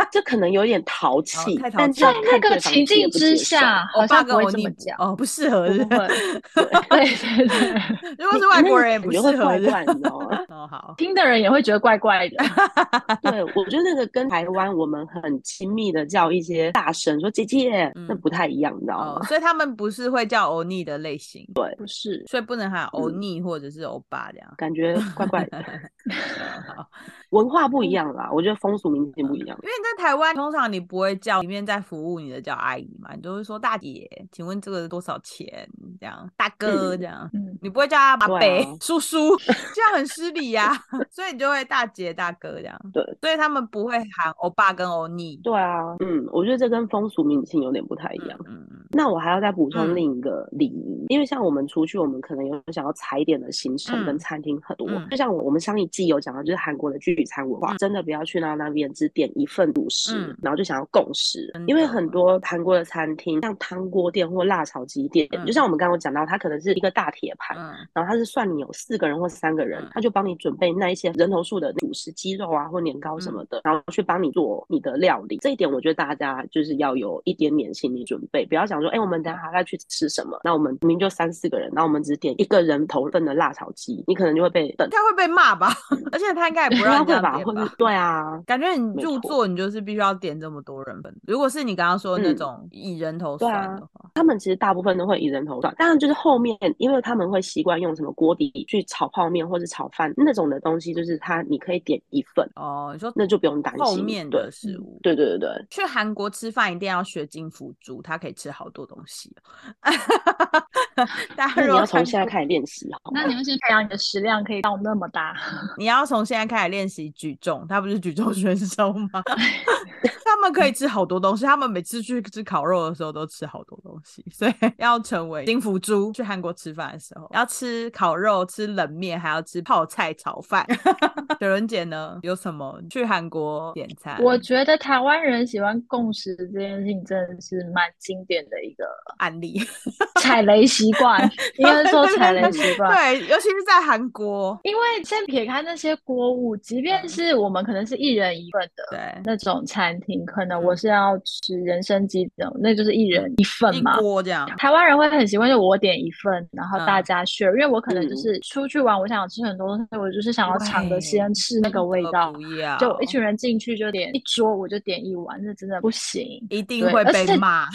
[SPEAKER 4] 这可能有点淘气，
[SPEAKER 2] 太淘
[SPEAKER 4] 但
[SPEAKER 2] 气
[SPEAKER 4] 就
[SPEAKER 1] 在
[SPEAKER 4] 要
[SPEAKER 2] 了
[SPEAKER 1] 那
[SPEAKER 4] 看
[SPEAKER 1] 个
[SPEAKER 4] 对方
[SPEAKER 1] 情
[SPEAKER 4] 接
[SPEAKER 1] 境
[SPEAKER 4] 不
[SPEAKER 1] 之
[SPEAKER 4] 接受
[SPEAKER 1] 下，好
[SPEAKER 2] 欧巴
[SPEAKER 1] 像
[SPEAKER 2] 跟
[SPEAKER 1] 不会
[SPEAKER 2] 欧
[SPEAKER 1] 这
[SPEAKER 2] 尼
[SPEAKER 1] 么
[SPEAKER 2] 不
[SPEAKER 1] 讲。
[SPEAKER 2] 哦，不适合
[SPEAKER 1] 不
[SPEAKER 2] 是不是。
[SPEAKER 1] 会，对对对，
[SPEAKER 2] 如果是
[SPEAKER 4] 你
[SPEAKER 2] 外
[SPEAKER 4] 那
[SPEAKER 2] 国
[SPEAKER 4] 个
[SPEAKER 2] 人也
[SPEAKER 4] 感
[SPEAKER 2] 不
[SPEAKER 4] 觉
[SPEAKER 2] 适
[SPEAKER 4] 会
[SPEAKER 2] 合
[SPEAKER 4] 怪
[SPEAKER 2] 是不是
[SPEAKER 4] 怪，你知道吗？
[SPEAKER 2] 哦，好，
[SPEAKER 1] 听的人也会觉得怪怪的。
[SPEAKER 4] 对，我觉得那个跟台湾我们很亲密的叫一些大声说“姐姐”，那
[SPEAKER 2] 嗯
[SPEAKER 4] 不太一样，你知道
[SPEAKER 2] 哦
[SPEAKER 4] 吗，？
[SPEAKER 2] 所以他们不是会叫欧尼的类型，
[SPEAKER 1] 不是，
[SPEAKER 2] 所以不能喊欧
[SPEAKER 4] 嗯
[SPEAKER 2] 尼或者是欧巴这样。，
[SPEAKER 4] 感觉怪怪的
[SPEAKER 2] 好
[SPEAKER 4] 文化
[SPEAKER 2] 嗯
[SPEAKER 4] 不一样啦，我觉得风俗民情不一样。
[SPEAKER 2] 因为你在台湾，通常你不会叫里面在服务你的叫阿姨嘛，你都会说大姐，请问这个多少钱？这样，大哥
[SPEAKER 4] 嗯
[SPEAKER 2] 这样，
[SPEAKER 1] 嗯，
[SPEAKER 2] 你不会叫他阿伯、
[SPEAKER 4] 对啊
[SPEAKER 2] 叔叔，这样很失礼家， 所以你就会大姐大哥这样。
[SPEAKER 4] 对，
[SPEAKER 2] 所以他们不会喊欧巴跟欧尼。
[SPEAKER 4] 对啊，嗯，我觉得这跟风俗民情有点不太一样。
[SPEAKER 2] 嗯嗯
[SPEAKER 4] 那我还要再补充
[SPEAKER 2] 嗯
[SPEAKER 4] 另一个礼仪，因为像我们出去，我们可能有想要踩点的行程跟
[SPEAKER 2] 嗯
[SPEAKER 4] 餐厅很多，
[SPEAKER 2] 嗯
[SPEAKER 4] 就像我我们上一季有讲到，就是韩国的聚餐文化，真的不要去到那边只点一份主食，
[SPEAKER 2] 嗯
[SPEAKER 4] 然后就想要共食
[SPEAKER 2] 真，的
[SPEAKER 4] 因为很多韩国的餐厅，像汤锅店或辣炒鸡店，
[SPEAKER 2] 嗯
[SPEAKER 4] 就像我们刚刚有讲到，它可能是一个大铁盘。
[SPEAKER 2] 嗯
[SPEAKER 4] 然后它是算你有四个人或三个人
[SPEAKER 2] 嗯，
[SPEAKER 4] 他就帮你准备那一些人头数的主食、鸡肉啊或年糕什么
[SPEAKER 2] 嗯
[SPEAKER 4] 的，然后去帮你做你的料理。这一点我觉得大家就是要有一点点心理准备，不要想说，哎，我们等一下还要去吃什么？那我们明明就三四个人，那我们只点一个人头份的辣炒鸡，你可能就会被等。
[SPEAKER 2] 他会被骂吧？ 而且他应该也不让
[SPEAKER 4] 他
[SPEAKER 2] 你这
[SPEAKER 4] 会
[SPEAKER 2] 样
[SPEAKER 4] 吧，
[SPEAKER 2] 点
[SPEAKER 4] 或
[SPEAKER 2] 吧
[SPEAKER 4] 是？对啊，
[SPEAKER 2] 感觉你
[SPEAKER 4] 没
[SPEAKER 2] 入
[SPEAKER 4] 错
[SPEAKER 2] 座你就是必须要点这么多人份。如果是你刚刚说的那
[SPEAKER 4] 嗯
[SPEAKER 2] 种以人头
[SPEAKER 4] 对
[SPEAKER 2] 算
[SPEAKER 4] 啊
[SPEAKER 2] 的话，
[SPEAKER 4] 他们其实大部分都会以人头算，当然就是后面，因为他们会习惯用什么锅底去炒泡面或者炒饭那种的东西，就是它你可以点一份，
[SPEAKER 2] 哦，你说
[SPEAKER 4] 那就不用担心。
[SPEAKER 2] 后面
[SPEAKER 4] 对嗯
[SPEAKER 2] 的食物。
[SPEAKER 4] 对对对对，
[SPEAKER 2] 去韩国吃饭一定要学金福珠，它可以吃好多东西哦。 大家
[SPEAKER 4] 那
[SPEAKER 2] 如
[SPEAKER 4] 你
[SPEAKER 2] 果
[SPEAKER 4] 要从
[SPEAKER 2] 看
[SPEAKER 4] 现在
[SPEAKER 2] 过
[SPEAKER 4] 开始练习，哦好吗
[SPEAKER 1] 那？你们先培养你的食量可以到那么大，
[SPEAKER 2] 你要从现在开始练习举重，他不是举重 选手吗？他们可以吃好多东西，他们每次去吃烤肉的时候都吃好多东西，所以 要成为金福猪。去韩国吃饭的时候要吃烤肉、吃冷面，还要吃泡菜炒饭。 雪伦姐呢，有什么去韩国点餐？
[SPEAKER 1] 我觉得台湾人喜欢共识这件事情真的是蛮经典的一 个
[SPEAKER 2] 案例，
[SPEAKER 1] 踩雷习 惯，应该说踩雷习惯。
[SPEAKER 4] 啊
[SPEAKER 2] 对，尤其是在韩国，
[SPEAKER 1] 因为先撇开那些锅物，即便
[SPEAKER 2] 嗯
[SPEAKER 1] 是我们可能是一人一份的
[SPEAKER 2] 对，
[SPEAKER 1] 那种餐厅，可能
[SPEAKER 2] 嗯
[SPEAKER 1] 我是要吃人参鸡的，那就是一人一份
[SPEAKER 2] 一
[SPEAKER 1] 嘛。
[SPEAKER 2] 锅这样，
[SPEAKER 1] 台湾人会很习惯，就我点一份，然后大
[SPEAKER 2] 嗯
[SPEAKER 1] 家 share，、因为我可能就
[SPEAKER 4] 嗯
[SPEAKER 1] 是出去玩，我想吃很多东西，我就是想要尝
[SPEAKER 2] 对
[SPEAKER 1] 着先吃那个味
[SPEAKER 2] 真的
[SPEAKER 1] 道，
[SPEAKER 2] 呃不要，
[SPEAKER 1] 就一群人进去就点一桌，我就点一碗，那真的不行。
[SPEAKER 2] 一定
[SPEAKER 1] 对
[SPEAKER 2] 会
[SPEAKER 1] 而
[SPEAKER 2] 被
[SPEAKER 1] 且
[SPEAKER 2] 骂。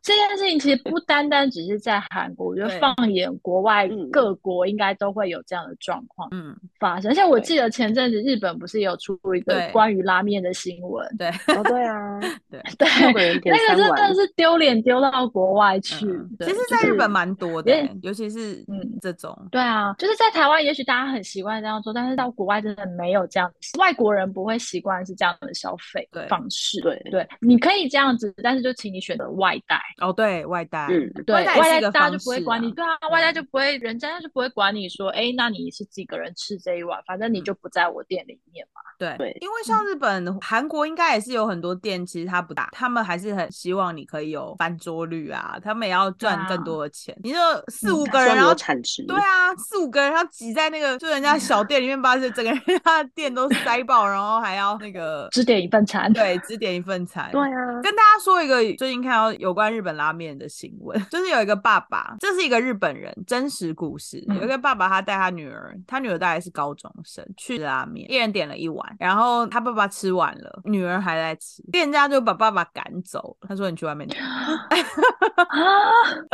[SPEAKER 1] 这件事情其实不单单只是在韩国，我觉得
[SPEAKER 2] 对
[SPEAKER 1] 放眼国外
[SPEAKER 4] 嗯
[SPEAKER 1] 各国应该都会有这样的状况
[SPEAKER 2] 嗯，
[SPEAKER 1] 发生。而且我
[SPEAKER 4] 对
[SPEAKER 1] 记得前阵子日本不是有出一个
[SPEAKER 2] 对
[SPEAKER 1] 关于拉面的新闻，
[SPEAKER 2] 对
[SPEAKER 4] 哦，对 啊，
[SPEAKER 2] 对。
[SPEAKER 1] 对，
[SPEAKER 4] 六个人点
[SPEAKER 1] 那个
[SPEAKER 4] 三
[SPEAKER 1] 真
[SPEAKER 4] 碗
[SPEAKER 1] 的，是丢脸丢到国外去
[SPEAKER 2] 嗯。
[SPEAKER 1] 对
[SPEAKER 2] 其实，
[SPEAKER 1] 就
[SPEAKER 2] 在日
[SPEAKER 1] 是
[SPEAKER 2] 本蛮多的
[SPEAKER 1] 有
[SPEAKER 2] 欸、
[SPEAKER 1] 点
[SPEAKER 2] 尤其是
[SPEAKER 1] 嗯
[SPEAKER 2] 这种，
[SPEAKER 1] 对啊，就是在台湾，也许大家很习惯这样做，但是到国外真的没有这样，外国人不会习惯是这样的消费
[SPEAKER 2] 对
[SPEAKER 1] 方式。
[SPEAKER 4] 对
[SPEAKER 1] 对，你可以这样子，但是就请你选择外带。
[SPEAKER 2] 哦，对外带，
[SPEAKER 4] 嗯，
[SPEAKER 1] 对，
[SPEAKER 2] 外带也是一个
[SPEAKER 1] 大家
[SPEAKER 2] 方
[SPEAKER 1] 就不会
[SPEAKER 2] 式
[SPEAKER 1] 管
[SPEAKER 2] 啊
[SPEAKER 1] 你，对啊，外带
[SPEAKER 2] 嗯
[SPEAKER 1] 就不会，人家就不会管你说，哎，那你是几个人吃这一碗，反正你
[SPEAKER 2] 嗯
[SPEAKER 1] 就不在我店里面嘛。
[SPEAKER 2] 对，
[SPEAKER 4] 对
[SPEAKER 2] 因为
[SPEAKER 1] 嗯
[SPEAKER 2] 像日本、韩国应该也是有很多店，其实他不打，他们还是很希望你可以有翻桌率啊，他们也要赚更
[SPEAKER 1] 啊
[SPEAKER 2] 多的钱。你说四
[SPEAKER 1] 嗯
[SPEAKER 2] 五
[SPEAKER 4] 他
[SPEAKER 2] 个
[SPEAKER 4] 希望
[SPEAKER 2] 人，
[SPEAKER 4] 你
[SPEAKER 2] 然
[SPEAKER 4] 有
[SPEAKER 2] 后
[SPEAKER 4] 产值，
[SPEAKER 2] 对啊，四五个人要挤在那个就人家小店里面，把整个人家的店都塞爆，然后还要 那个
[SPEAKER 1] 只点一份餐，
[SPEAKER 2] 对只点一份餐，
[SPEAKER 4] 对啊，
[SPEAKER 2] 跟大家说一个最近看到有关日本拉面的新闻，就是有一个爸爸，这是一个日本人真实故事。
[SPEAKER 1] 嗯
[SPEAKER 2] 有一个爸爸，他带他女儿，他女儿大概是高中生，去吃拉面，一人点了一碗，然后他爸爸吃完了，女儿还在吃，店家就把爸爸赶走了，他说你去外面点。
[SPEAKER 1] 啊，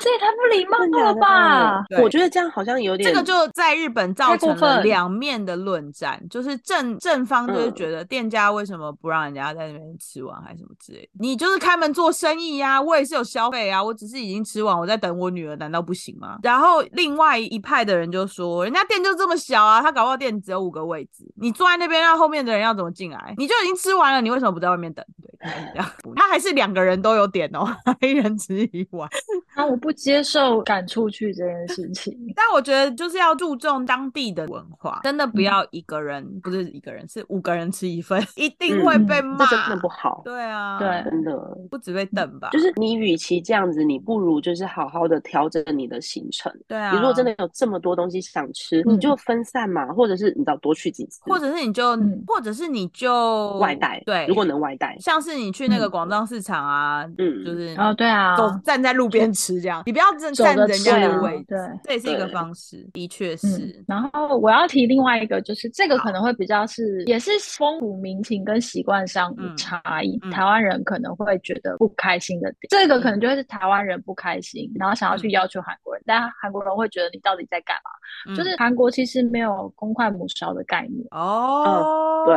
[SPEAKER 1] 这也太不礼貌
[SPEAKER 4] 真的假
[SPEAKER 1] 了
[SPEAKER 4] 的啊
[SPEAKER 1] 吧！
[SPEAKER 2] 对
[SPEAKER 4] 我觉得这样好像有点
[SPEAKER 2] 这个就在日本造
[SPEAKER 1] 太过
[SPEAKER 2] 成了
[SPEAKER 1] 分
[SPEAKER 2] 两面的论战，就是正正方就是
[SPEAKER 4] 嗯
[SPEAKER 2] 觉得店家为什么不让人家在那边吃完，还是什么之类的。你就是开门做生意呀、我也是有消费啊，我只是已经吃完，我在等我女儿，难道不行吗？然后另外一派的人就说，人家店就这么小啊，他搞不好店只有五个位置，你坐在那边，让后面的人要怎么进来？你就已经吃完了，你为什么不在外面等？对，大概是这样他还是两个人都有点哦， 一人吃一碗。
[SPEAKER 1] 啊，我不接受赶出去这件事 情。
[SPEAKER 2] 但我觉得就是要注重当地的文化，真的不
[SPEAKER 1] 嗯
[SPEAKER 2] 要一个人，不是一个人，是五个人吃一份，一定会
[SPEAKER 1] 嗯
[SPEAKER 2] 被
[SPEAKER 4] 这
[SPEAKER 2] 骂。
[SPEAKER 4] 真的不好，
[SPEAKER 2] 对啊，
[SPEAKER 1] 对
[SPEAKER 4] 真的。
[SPEAKER 2] 不只被瞪吧？
[SPEAKER 4] 就是你与其这样子，你不如就是好好的调整你的行程。
[SPEAKER 2] 对啊，
[SPEAKER 4] 你如果真的有这么多东西想吃，
[SPEAKER 1] 嗯
[SPEAKER 4] 你就分散嘛，或者是你知道多去几次，
[SPEAKER 2] 或者是你就，
[SPEAKER 1] 嗯
[SPEAKER 2] 或者是你就
[SPEAKER 4] 外带，
[SPEAKER 2] 对，
[SPEAKER 4] 如果能外带，
[SPEAKER 2] 像是你去那个
[SPEAKER 1] 嗯
[SPEAKER 2] 广藏市场啊，
[SPEAKER 4] 嗯
[SPEAKER 2] 就是
[SPEAKER 1] 哦，对啊，
[SPEAKER 2] 走站在路边吃这样，你不要站
[SPEAKER 1] 走
[SPEAKER 2] 站
[SPEAKER 1] 着
[SPEAKER 2] 人家
[SPEAKER 1] 吃
[SPEAKER 2] 的
[SPEAKER 1] 啊
[SPEAKER 2] 位置
[SPEAKER 1] 对，
[SPEAKER 2] 这也是一个
[SPEAKER 4] 对
[SPEAKER 2] 方式，的确
[SPEAKER 1] 嗯
[SPEAKER 2] 是，，
[SPEAKER 1] 然后我要提另外一个，就是这个
[SPEAKER 2] 好
[SPEAKER 1] 可能会比较是，也是风土民情跟习惯上的
[SPEAKER 2] 嗯
[SPEAKER 1] 差异。
[SPEAKER 2] 嗯
[SPEAKER 1] 台湾人可能会觉得不开心的点，这个可能就会是台湾人不开心，然后想要去
[SPEAKER 2] 嗯
[SPEAKER 1] 要求韩国人，但韩国人会觉得你到底在干嘛？
[SPEAKER 2] 嗯
[SPEAKER 1] 就是韩国其实没有公筷母勺的概念，
[SPEAKER 2] 哦，
[SPEAKER 4] 对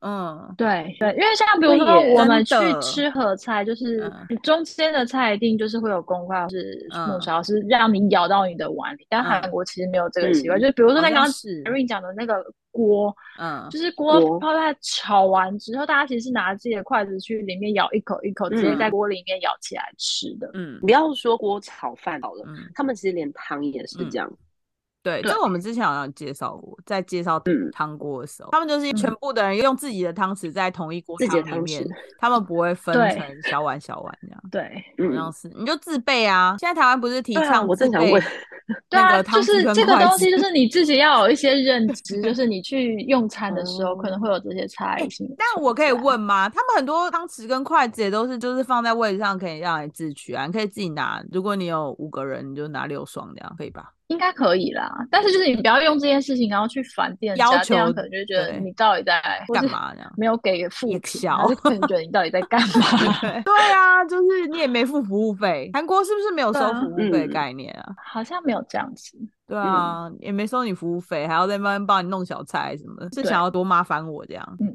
[SPEAKER 2] 嗯，
[SPEAKER 1] 嗯对对，因为像比如
[SPEAKER 4] 对
[SPEAKER 1] 说
[SPEAKER 4] 耶
[SPEAKER 1] 我们去
[SPEAKER 2] 真的
[SPEAKER 1] 吃合菜，就是
[SPEAKER 2] 嗯
[SPEAKER 1] 你中间的菜一定就是会有公筷或是
[SPEAKER 2] 嗯
[SPEAKER 1] 木勺，是让你咬到你的碗里。但韩
[SPEAKER 2] 嗯
[SPEAKER 1] 国其实没有这个
[SPEAKER 4] 嗯
[SPEAKER 1] 习惯，就比如说
[SPEAKER 2] 好
[SPEAKER 1] 那
[SPEAKER 2] 像
[SPEAKER 1] 刚刚
[SPEAKER 2] 是
[SPEAKER 1] Irene 讲的那个锅，
[SPEAKER 2] 嗯
[SPEAKER 1] 就是锅
[SPEAKER 4] 锅
[SPEAKER 1] 泡菜炒完之后，大家其实是拿自己的筷子去里面咬一口一口，直接
[SPEAKER 4] 嗯
[SPEAKER 1] 在锅里面咬起来吃的。
[SPEAKER 2] 嗯
[SPEAKER 4] 不要说锅炒饭好了，
[SPEAKER 2] 嗯，
[SPEAKER 4] 他们其实连汤也是这样。
[SPEAKER 2] 对，
[SPEAKER 4] 对
[SPEAKER 2] 这我们之前好像有介绍过，在介绍
[SPEAKER 4] 嗯
[SPEAKER 2] 汤锅的时候，他们就是全部的人用自己的汤匙在同一锅
[SPEAKER 4] 自己的
[SPEAKER 2] 里
[SPEAKER 4] 汤匙
[SPEAKER 2] 面，他们不 会分
[SPEAKER 1] 对
[SPEAKER 2] 成小碗小碗这样。
[SPEAKER 1] 对
[SPEAKER 2] 好
[SPEAKER 4] 嗯
[SPEAKER 2] 像，是，你就自备啊！现在台湾不是提
[SPEAKER 4] 对啊，
[SPEAKER 2] 倡
[SPEAKER 4] 我
[SPEAKER 2] 自
[SPEAKER 4] 正想
[SPEAKER 2] 备
[SPEAKER 4] 问，
[SPEAKER 1] 对
[SPEAKER 2] 那
[SPEAKER 1] 啊，
[SPEAKER 2] 个汤
[SPEAKER 1] 就
[SPEAKER 2] 匙
[SPEAKER 1] 是
[SPEAKER 2] 跟
[SPEAKER 1] 这个
[SPEAKER 2] 筷
[SPEAKER 1] 东西，
[SPEAKER 2] 子
[SPEAKER 1] 就是你自己要有一些认知，就是你去用餐的
[SPEAKER 2] 哦
[SPEAKER 1] 时候可能会有这些差异性。
[SPEAKER 2] 哎但我可以问吗？他们很多汤匙跟筷子也都是就是放在位置上，可以让你自取啊，你可以自己拿。如果你有五个人，你就拿六双这样，可以吧？
[SPEAKER 1] 应该可以啦，但是就是你不要用这件事情，然后去烦店
[SPEAKER 2] 要
[SPEAKER 1] 家，
[SPEAKER 2] 求
[SPEAKER 1] 店家可能就会觉得
[SPEAKER 2] 对
[SPEAKER 1] 你到底在
[SPEAKER 2] 干？嘛这样
[SPEAKER 1] 或是？没有给负
[SPEAKER 2] 也
[SPEAKER 1] 评，
[SPEAKER 2] 小
[SPEAKER 1] 他就可能觉得你到底在干 嘛？
[SPEAKER 2] 对啊，就是你也没付服务费。韩国是不是没有收
[SPEAKER 1] 对啊
[SPEAKER 2] 服务费的
[SPEAKER 4] 嗯
[SPEAKER 2] 概念啊？
[SPEAKER 1] 好像没有这样子，
[SPEAKER 2] 对啊，也没收你服务费，还要在那边帮你弄小菜什么的，是
[SPEAKER 1] 对
[SPEAKER 2] 想要多麻烦我这样？
[SPEAKER 1] 嗯，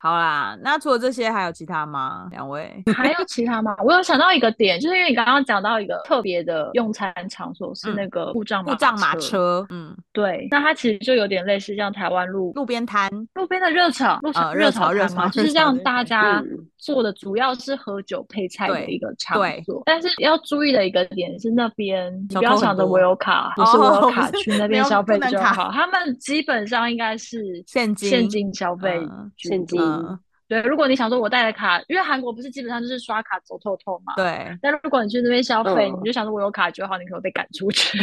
[SPEAKER 2] 好啦，那除了这些还有其他吗？两位？
[SPEAKER 1] 还有其他吗？我有想到一个点，就是因为你刚刚讲到一个特别的用餐场所是
[SPEAKER 2] 嗯
[SPEAKER 1] 那个故障
[SPEAKER 2] 故障马
[SPEAKER 1] 车，
[SPEAKER 2] 车，嗯，
[SPEAKER 1] 对，那它其实就有点类似像台湾路
[SPEAKER 2] 路边摊，
[SPEAKER 1] 路边的热炒，路
[SPEAKER 2] 呃
[SPEAKER 1] 炒
[SPEAKER 2] 热炒
[SPEAKER 1] 炒
[SPEAKER 2] 热
[SPEAKER 1] 摊嘛，
[SPEAKER 2] 炒
[SPEAKER 1] 就
[SPEAKER 2] 热
[SPEAKER 1] 是
[SPEAKER 2] 炒
[SPEAKER 1] 让
[SPEAKER 2] 对
[SPEAKER 1] 大
[SPEAKER 2] 对
[SPEAKER 1] 家
[SPEAKER 4] 嗯
[SPEAKER 1] 做的主要是喝酒配菜的
[SPEAKER 2] 对
[SPEAKER 1] 一个场
[SPEAKER 2] 对
[SPEAKER 1] 所。但是要注意的一个点是，那边你
[SPEAKER 2] 小
[SPEAKER 1] 不要
[SPEAKER 2] 偷很
[SPEAKER 1] 想着
[SPEAKER 2] 多
[SPEAKER 1] 我有卡，不
[SPEAKER 2] 哦
[SPEAKER 1] 是我有
[SPEAKER 2] 不
[SPEAKER 1] 卡
[SPEAKER 2] 是
[SPEAKER 1] 去那
[SPEAKER 2] 没
[SPEAKER 1] 边
[SPEAKER 2] 有
[SPEAKER 1] 消
[SPEAKER 2] 不
[SPEAKER 1] 费
[SPEAKER 2] 能
[SPEAKER 1] 就
[SPEAKER 2] 卡
[SPEAKER 1] 好。他们基本上应该是
[SPEAKER 2] 现
[SPEAKER 1] 现
[SPEAKER 2] 金
[SPEAKER 1] 金消费
[SPEAKER 2] 嗯
[SPEAKER 1] 居
[SPEAKER 4] 现
[SPEAKER 1] 多。
[SPEAKER 4] 金
[SPEAKER 2] 嗯，
[SPEAKER 1] 对，如果你想说我带的卡，因为韩国不是基本上就是刷卡走透透嘛。
[SPEAKER 2] 对，
[SPEAKER 1] 但如果你去那边消费，
[SPEAKER 4] 嗯
[SPEAKER 1] 你就想着我有卡就好，你可能会被赶出去。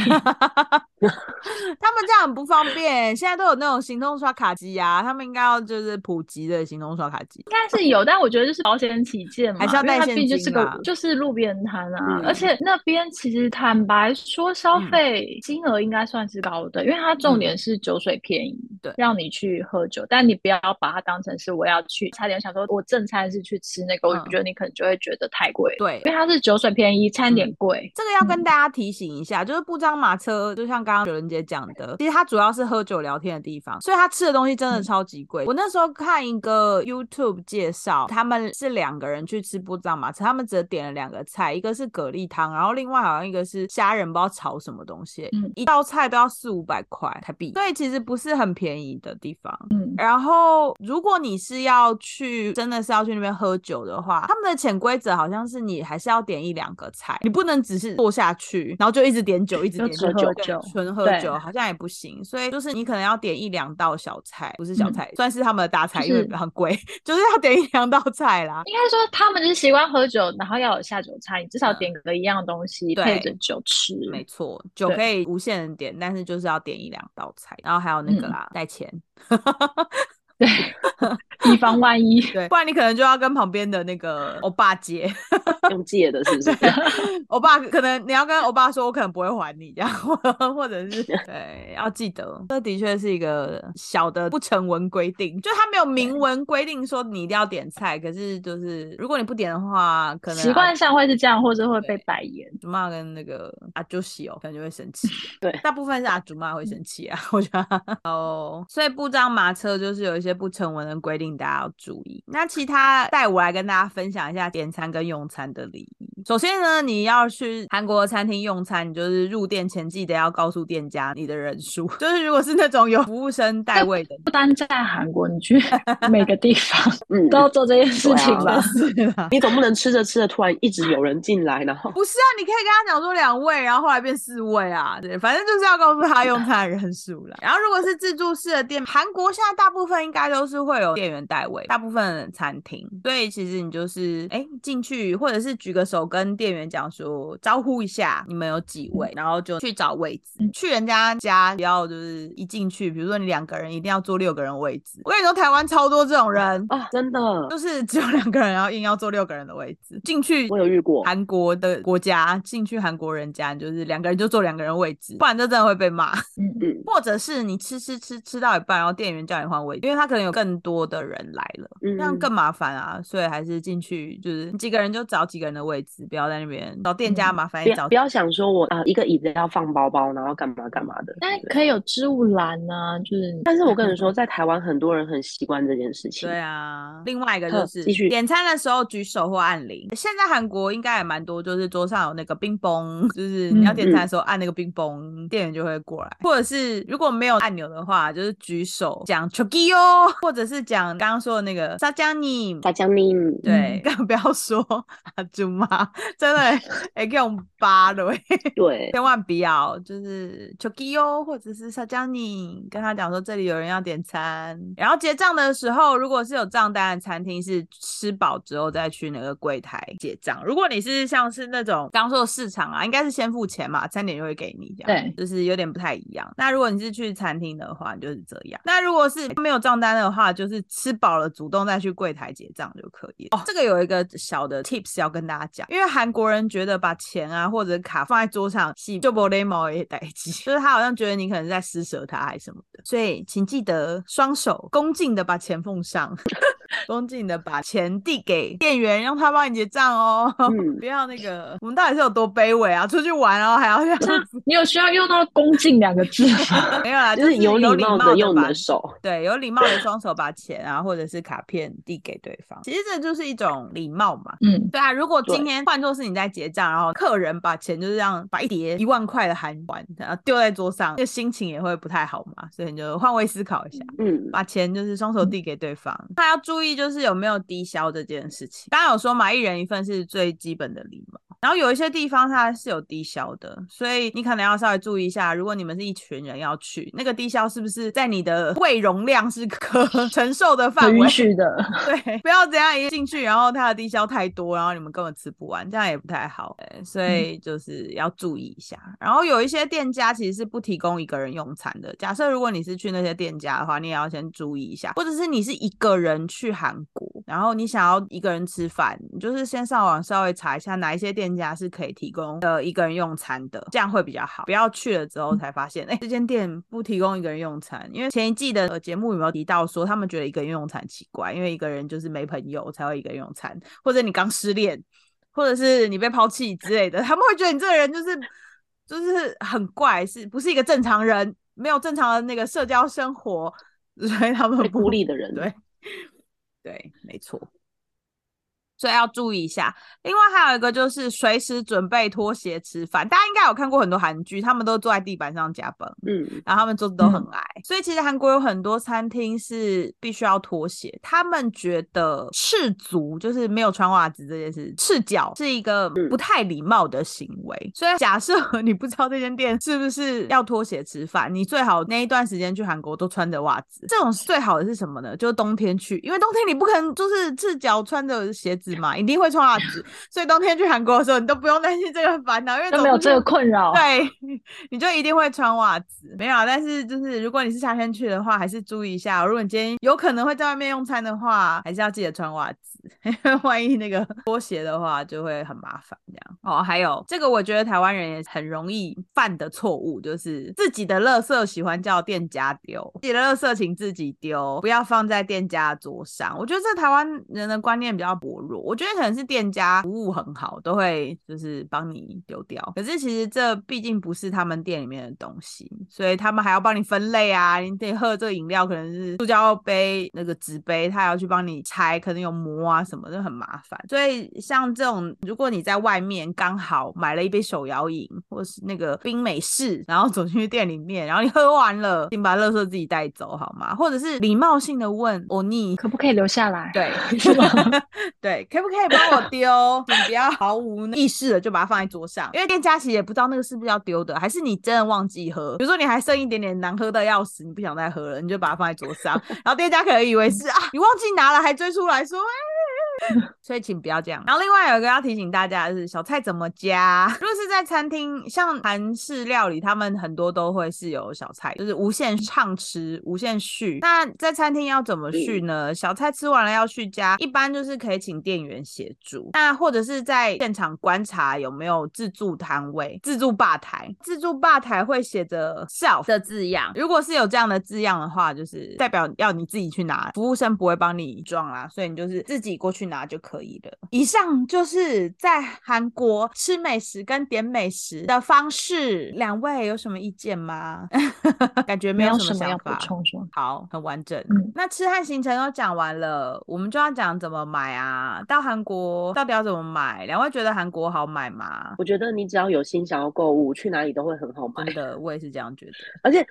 [SPEAKER 2] 他们这样很不方便。现在都有那种行动刷卡机啊，他们应该要就是普及的行动刷卡机。
[SPEAKER 1] 应该是有，但我觉得就是保险起见嘛，
[SPEAKER 2] 还是要
[SPEAKER 1] 因为
[SPEAKER 2] 带
[SPEAKER 1] 它
[SPEAKER 2] 现
[SPEAKER 1] 毕竟
[SPEAKER 2] 金
[SPEAKER 1] 是个
[SPEAKER 2] 啦
[SPEAKER 1] 就是路边摊啊，
[SPEAKER 4] 嗯
[SPEAKER 1] 而且那边其实坦白说消
[SPEAKER 2] 嗯
[SPEAKER 1] 费金额应该算是高的，因为它重点是酒水便宜，
[SPEAKER 2] 对
[SPEAKER 1] 让你去喝酒，但你不要把它当成是我要去差点想说我正餐是去吃那个，
[SPEAKER 2] 嗯
[SPEAKER 1] 我觉得你可能就会觉得太贵，
[SPEAKER 2] 对
[SPEAKER 1] 因为它是酒水便宜，餐点
[SPEAKER 2] 嗯
[SPEAKER 1] 贵，
[SPEAKER 2] 这个要跟
[SPEAKER 1] 嗯
[SPEAKER 2] 大家提醒一下，就是布张马车，就像刚刚九人姐讲的，其实它主要是喝酒聊天的地方，所以它吃的东西真的
[SPEAKER 1] 嗯
[SPEAKER 2] 超级贵。我那时候看一个 YouTube 介绍，他们是两个人去吃布张马车，他们只点了两个菜，一个是蛤蜊汤，然后另外好像一个是虾仁，不知道炒什么东西，
[SPEAKER 1] 嗯
[SPEAKER 2] 一道菜都要四五百块台币，所以其实不是很便宜的地方。
[SPEAKER 1] 嗯
[SPEAKER 2] 然后，如果你是要去，真的是要去那边喝酒的话，他们的潜规则好像是你还是要点一两个菜，你不能只是坐下去，然后就一直点酒，一直
[SPEAKER 1] 就
[SPEAKER 2] 点
[SPEAKER 1] 只
[SPEAKER 2] 酒，
[SPEAKER 1] 喝
[SPEAKER 2] 对
[SPEAKER 1] 酒
[SPEAKER 2] 纯喝
[SPEAKER 1] 对
[SPEAKER 2] 酒好像也不行。所以就是你可能要点一两道小菜，不是小
[SPEAKER 1] 嗯
[SPEAKER 2] 菜，算是他们的大菜，
[SPEAKER 1] 就
[SPEAKER 2] 因为
[SPEAKER 1] 是
[SPEAKER 2] 很贵， 就是要点一两道菜啦。
[SPEAKER 1] 应该说他们就是习惯喝酒，然后要有下酒菜，你至少
[SPEAKER 2] 嗯
[SPEAKER 1] 点个一样东西配
[SPEAKER 2] 对
[SPEAKER 1] 着酒吃，
[SPEAKER 2] 没错，酒
[SPEAKER 1] 对
[SPEAKER 2] 可以无限的点，但是就是要点一两道菜，然后还有那个
[SPEAKER 1] 嗯
[SPEAKER 2] 啦，带钱。
[SPEAKER 1] 对，以防万一。
[SPEAKER 2] 对，不然你可能就要跟旁边的 那个欧巴结。
[SPEAKER 4] 用借的，是不是？
[SPEAKER 2] 欧巴可能你要跟欧巴说，我可能不会还你这样， 或 者是对，要记得，这的确是一个小的不成文规定，就他没有明文规定说你一定要点菜，可是就是如果你不点的话，可能
[SPEAKER 1] 习惯上会是这样，或者会被
[SPEAKER 2] 对
[SPEAKER 1] 白眼。
[SPEAKER 2] 阿祖妈跟那个阿朱喜哦，可能就会生气啊。
[SPEAKER 4] 对
[SPEAKER 2] 大部分是阿祖妈会生气啊， 我觉得。哦，所以不张马车就是有一些不成文的规定，大家要注意。那其他带我来跟大家分享一下点餐跟用餐的礼仪。首先呢，你要去韩国餐厅用餐，你就是入店前记得要告诉店家你的人数， 就是如果是那种有服务生带位的，
[SPEAKER 1] 不单在韩国，你去每个地方
[SPEAKER 4] 嗯，
[SPEAKER 1] 都要做这件事情
[SPEAKER 4] 对
[SPEAKER 1] 吧
[SPEAKER 4] 啊？
[SPEAKER 2] 是 啦。
[SPEAKER 4] 你总不能吃着吃着突然一直有人进来，然 后
[SPEAKER 2] 不是啊，你可以跟他讲说两位，然后后来变四位啊，对，反正就是要告诉他用餐的人数了。然后如果是自助式的店，韩国现在大部分应该都是会有店员代位，大部分的餐厅，所以其实你就是哎进去，或者是举个手跟店员讲说招呼一下，你们有几位，然后就去找位置，去人家家不要就是一进去，比如说你两个人一定要坐六个人位置，我跟你说台湾超多这种人。
[SPEAKER 4] 啊，真的，
[SPEAKER 2] 就是只有两个人，然后硬要坐六个人的位置进去，
[SPEAKER 4] 我有遇过，
[SPEAKER 2] 韩国的国家进去韩国人家，你就是两个人就坐两个人位置，不然这真的会被骂。
[SPEAKER 1] 嗯，
[SPEAKER 4] 嗯
[SPEAKER 2] 或者是你吃吃吃吃到一半，然后店员叫你换位置，因为他可能有更多的人来了，这样
[SPEAKER 4] 嗯，
[SPEAKER 2] 更麻烦啊。所以还是进去就是几个人就找几个人的位置，不要在那边找店家，
[SPEAKER 1] 嗯
[SPEAKER 2] 麻烦
[SPEAKER 4] 不
[SPEAKER 2] 你
[SPEAKER 4] 要
[SPEAKER 2] 找
[SPEAKER 4] 不要想说我啊、一个椅子要放包包，然后干嘛干嘛的。
[SPEAKER 1] 但
[SPEAKER 4] 对
[SPEAKER 1] 可以有置物栏啊，就是
[SPEAKER 4] 但是我跟你说，在台湾很多人很习惯这件事情。
[SPEAKER 2] 对啊，另外一个就
[SPEAKER 4] 好
[SPEAKER 2] 是
[SPEAKER 4] 继续
[SPEAKER 2] 点餐的时候举手或按铃。现在韩国应该也蛮多，就是桌上有那个冰崩，就是你要
[SPEAKER 1] 嗯
[SPEAKER 2] 点餐的时候按那个冰崩，店员就会过来。或者是如果没有按钮的话，就是举手讲 choki 哟，或者是讲刚刚说的那个沙江你。
[SPEAKER 4] 大江你
[SPEAKER 2] 对， 更不要说阿舅妈，真的 哎会用扒的喂，
[SPEAKER 4] 对
[SPEAKER 2] 千万不要，就是 choki 哟，或者是沙江你跟他讲说这里有人要点餐，然后结账的时候，如果是有账单的餐厅，是吃饱之后再去那个柜台结账。如果你是像是那种刚说的市场啊，应该是先付钱嘛，餐点就会给你这样，
[SPEAKER 1] 对
[SPEAKER 2] 就是有点不太一样。那如果你是去餐厅的话，就是这样。那如果是没有账单的话，就是吃饱了主动再去柜台结账就可以了。哦，这个有一个小的 tips 要跟大家讲，因为韩国人觉得把钱啊或者卡放在桌上，洗就不勒毛也得机， 就是他好像觉得你可能在施舍他还是什么的。所以请记得双手恭敬的把钱奉上， 恭敬的把钱递给店员，让他帮你结账哦。
[SPEAKER 4] 嗯
[SPEAKER 2] 不要那个，我们到底是有多卑微啊？出去玩哦，还要这样子
[SPEAKER 1] 你有需要用到“恭敬”两个字吗？
[SPEAKER 2] 啊没有啦，
[SPEAKER 4] 就是是有
[SPEAKER 2] 礼
[SPEAKER 4] 礼貌
[SPEAKER 2] 的
[SPEAKER 4] 的用你
[SPEAKER 2] 把
[SPEAKER 4] 的手。
[SPEAKER 2] 对，有礼貌的双手把钱啊，或者是卡片递给对方，其实这就是一种礼貌嘛。
[SPEAKER 1] 嗯，
[SPEAKER 2] 对啊，如果今
[SPEAKER 4] 对
[SPEAKER 2] 天换作是你在结账，然后客人把钱就是这样把一叠一万块的韩元，然后丢在桌上，这心情也会不太好嘛。所以你就换位思考一下，
[SPEAKER 4] 嗯，
[SPEAKER 2] 把钱就是双手递给对方。那要注意就是有没有低消这件事情。刚刚有说嘛，一人一份是最基本的礼貌。然后有一些地方它是有低消的，所以你可能要稍微注意一下。如果你们是一群人要去，那个低消是不是在你的 胃容量是可 承受的 范围
[SPEAKER 1] 允？许的。
[SPEAKER 2] 对， 不要这样一进去，然后它的低消太多，然后你们根本吃不完，这样也不太好。对所以就是要注意一下。然后有一些店家其实是不提供一个人用餐的。假设如果你是去那些店家的话，你也要先注意一下，或者是你是一个人去韩国，然后你想要一个人吃饭，你就是先上网稍微查一下哪一些店家是可以提供呃一个人用餐的，这样会比较好。不要去了之
[SPEAKER 4] 嗯
[SPEAKER 2] 后才发现，哎、这间店不提供一个人用餐，因为前一季的呃节目有没有提到说他们觉得一个人用餐很奇怪，因为一个人就是没朋友才会一个人用餐，或者你刚失恋，或者是你被抛弃之类的，他们会觉得你这个人就是就是很怪，是不是一个正常人，没有正常的那个社交生活，所以他们
[SPEAKER 4] 被
[SPEAKER 2] 不
[SPEAKER 4] 孤立的人。
[SPEAKER 2] 对，对，没错。所以要注意一下。另外还有一个就是随时准备拖鞋吃饭，大家应该有看过很多韩剧，他们都坐在地板上夹崩，
[SPEAKER 4] 嗯，
[SPEAKER 2] 然后他们桌子都很
[SPEAKER 1] 嗯
[SPEAKER 2] 矮，所以其实韩国有很多餐厅是必须要脱鞋。他们觉得赤足就是没有穿袜子这件事，赤脚是一个
[SPEAKER 4] 嗯
[SPEAKER 2] 不太礼貌的行为。所以假设 你不知道这间店是不是要脱鞋吃饭，你最好那一段时间去韩国都穿着袜子。这种是最好的是什么呢？就是冬天去，因为冬天你不可能就是赤脚穿着鞋子嘛，一定会穿袜子。所以冬天去韩国的时候，你都不用担心这个烦恼，因为
[SPEAKER 1] 都
[SPEAKER 2] 走
[SPEAKER 1] 没有
[SPEAKER 2] 出去
[SPEAKER 1] 这个困扰，
[SPEAKER 2] 对， 你就一定会穿袜子。没有啊，但是就是如果你是夏天去的话，还是注意一下哦。如果你今天有可能会在外面用餐的话，还是要记得穿袜子， 因为万一那个拖鞋的话就会很麻烦这样。哦，还有这个，我觉得台湾人也很容易犯的错误，就是自己的垃圾喜欢叫店家丢，自己的垃圾请自己丢，不要放在店家的桌上。我觉得这台湾人的观念比较薄弱，我觉得可能是店家服务很好，都会就是帮你丢掉。可是其实这毕竟不是他们店里面的东西，所以他们还要帮你分类啊。你得喝这个饮料可能是塑胶杯、那个纸杯，他还要去帮你拆，可能有膜啊什么的，很麻烦。所以像这种，如果你在外面刚好买了一杯手摇饮或是那个冰美式，然后走进去店里面，然后你喝完了，请把垃圾自己带走好吗？或者是礼貌性的问哦欧尼。
[SPEAKER 1] 可不可以留下来？
[SPEAKER 2] 对，
[SPEAKER 1] 是吗
[SPEAKER 2] 对，可不可以帮我丢？请不要毫无意识的就把它放在桌上，因为店家其实也不知道那个是不是要丢的，还是你真的忘记喝。比如说你还剩一点点难喝的要死，你不想再喝了，你就把它放在桌上，然后店家可能以为是啊，你忘记拿了，还追出来说，哎 所以请不要这样。然后另外有一个要提醒大家的是，小菜怎么加？如果是在餐厅，像韩式料理，他们很多都会是有小菜，就是无限畅吃、无限续。那在餐厅要怎么续呢？小菜吃完了要去加，一般就是可以请店员协助，那或者是在现场观察有没有自助摊位、自助吧台。自助吧台会写着 “self” 的字样，如果是有这样的字样的话，就是代表要你自己去拿，服务生不会帮你装啦，所以你就是自己过去拿就可以了。以上就是在韩国吃美食跟点美食的方式，两位有什么意见吗？ 感觉
[SPEAKER 1] 没
[SPEAKER 2] 有
[SPEAKER 1] 什么
[SPEAKER 2] 么想
[SPEAKER 1] 要补
[SPEAKER 2] 法。
[SPEAKER 1] 充说。
[SPEAKER 2] 好，很完整。
[SPEAKER 1] 嗯
[SPEAKER 2] 那吃和行程都讲完了，我们就要讲怎么买啊。到韩国到底要怎么买？两位觉得韩国好买吗？
[SPEAKER 4] 我觉得你只要有心想要购物，去哪里都会很好买
[SPEAKER 2] 真。的，我也是这样觉得。
[SPEAKER 4] 而且，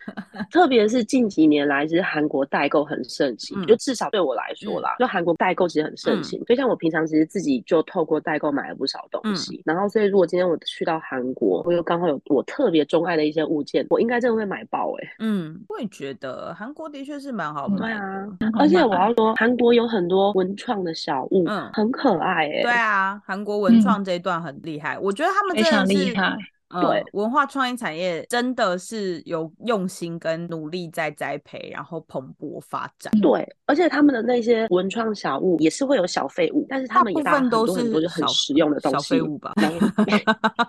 [SPEAKER 4] 特别是近几年来，其实韩国代购很盛行，
[SPEAKER 2] 嗯
[SPEAKER 4] 就至少对我来说啦，就韩国代购其实很盛行。所以像我平常其实自己就透过代购买了不少
[SPEAKER 2] 嗯
[SPEAKER 4] 东西，然后所以如果今天我去到韩国，我又刚好有我特别钟爱的一些物件，我应该真的会买爆哎、
[SPEAKER 2] 嗯，我也觉得韩国的确是蛮好买的。
[SPEAKER 4] 啊，
[SPEAKER 1] 很好
[SPEAKER 4] 而且
[SPEAKER 1] 买
[SPEAKER 4] 我要说，韩国有很多文创的小物，
[SPEAKER 2] 嗯
[SPEAKER 4] 很可爱哎、
[SPEAKER 2] 对啊，韩国文
[SPEAKER 1] 嗯
[SPEAKER 2] 创这一段很厉害，我觉得他们
[SPEAKER 1] 非
[SPEAKER 2] 真的
[SPEAKER 1] 常厉
[SPEAKER 2] 是
[SPEAKER 1] 害。
[SPEAKER 2] 呃
[SPEAKER 4] 对
[SPEAKER 2] 文化创意产业真的是有用心跟努力在栽培，然后蓬勃发展。
[SPEAKER 1] 嗯
[SPEAKER 4] 对，而且他们的那些文创小物也是会有小废物，但是他
[SPEAKER 2] 大
[SPEAKER 4] 们也
[SPEAKER 2] 部
[SPEAKER 4] 把
[SPEAKER 2] 分
[SPEAKER 4] 很多
[SPEAKER 2] 是
[SPEAKER 4] 很多就很
[SPEAKER 2] 小
[SPEAKER 4] 实用的东
[SPEAKER 2] 小
[SPEAKER 4] 西
[SPEAKER 2] 废。物吧？
[SPEAKER 4] 没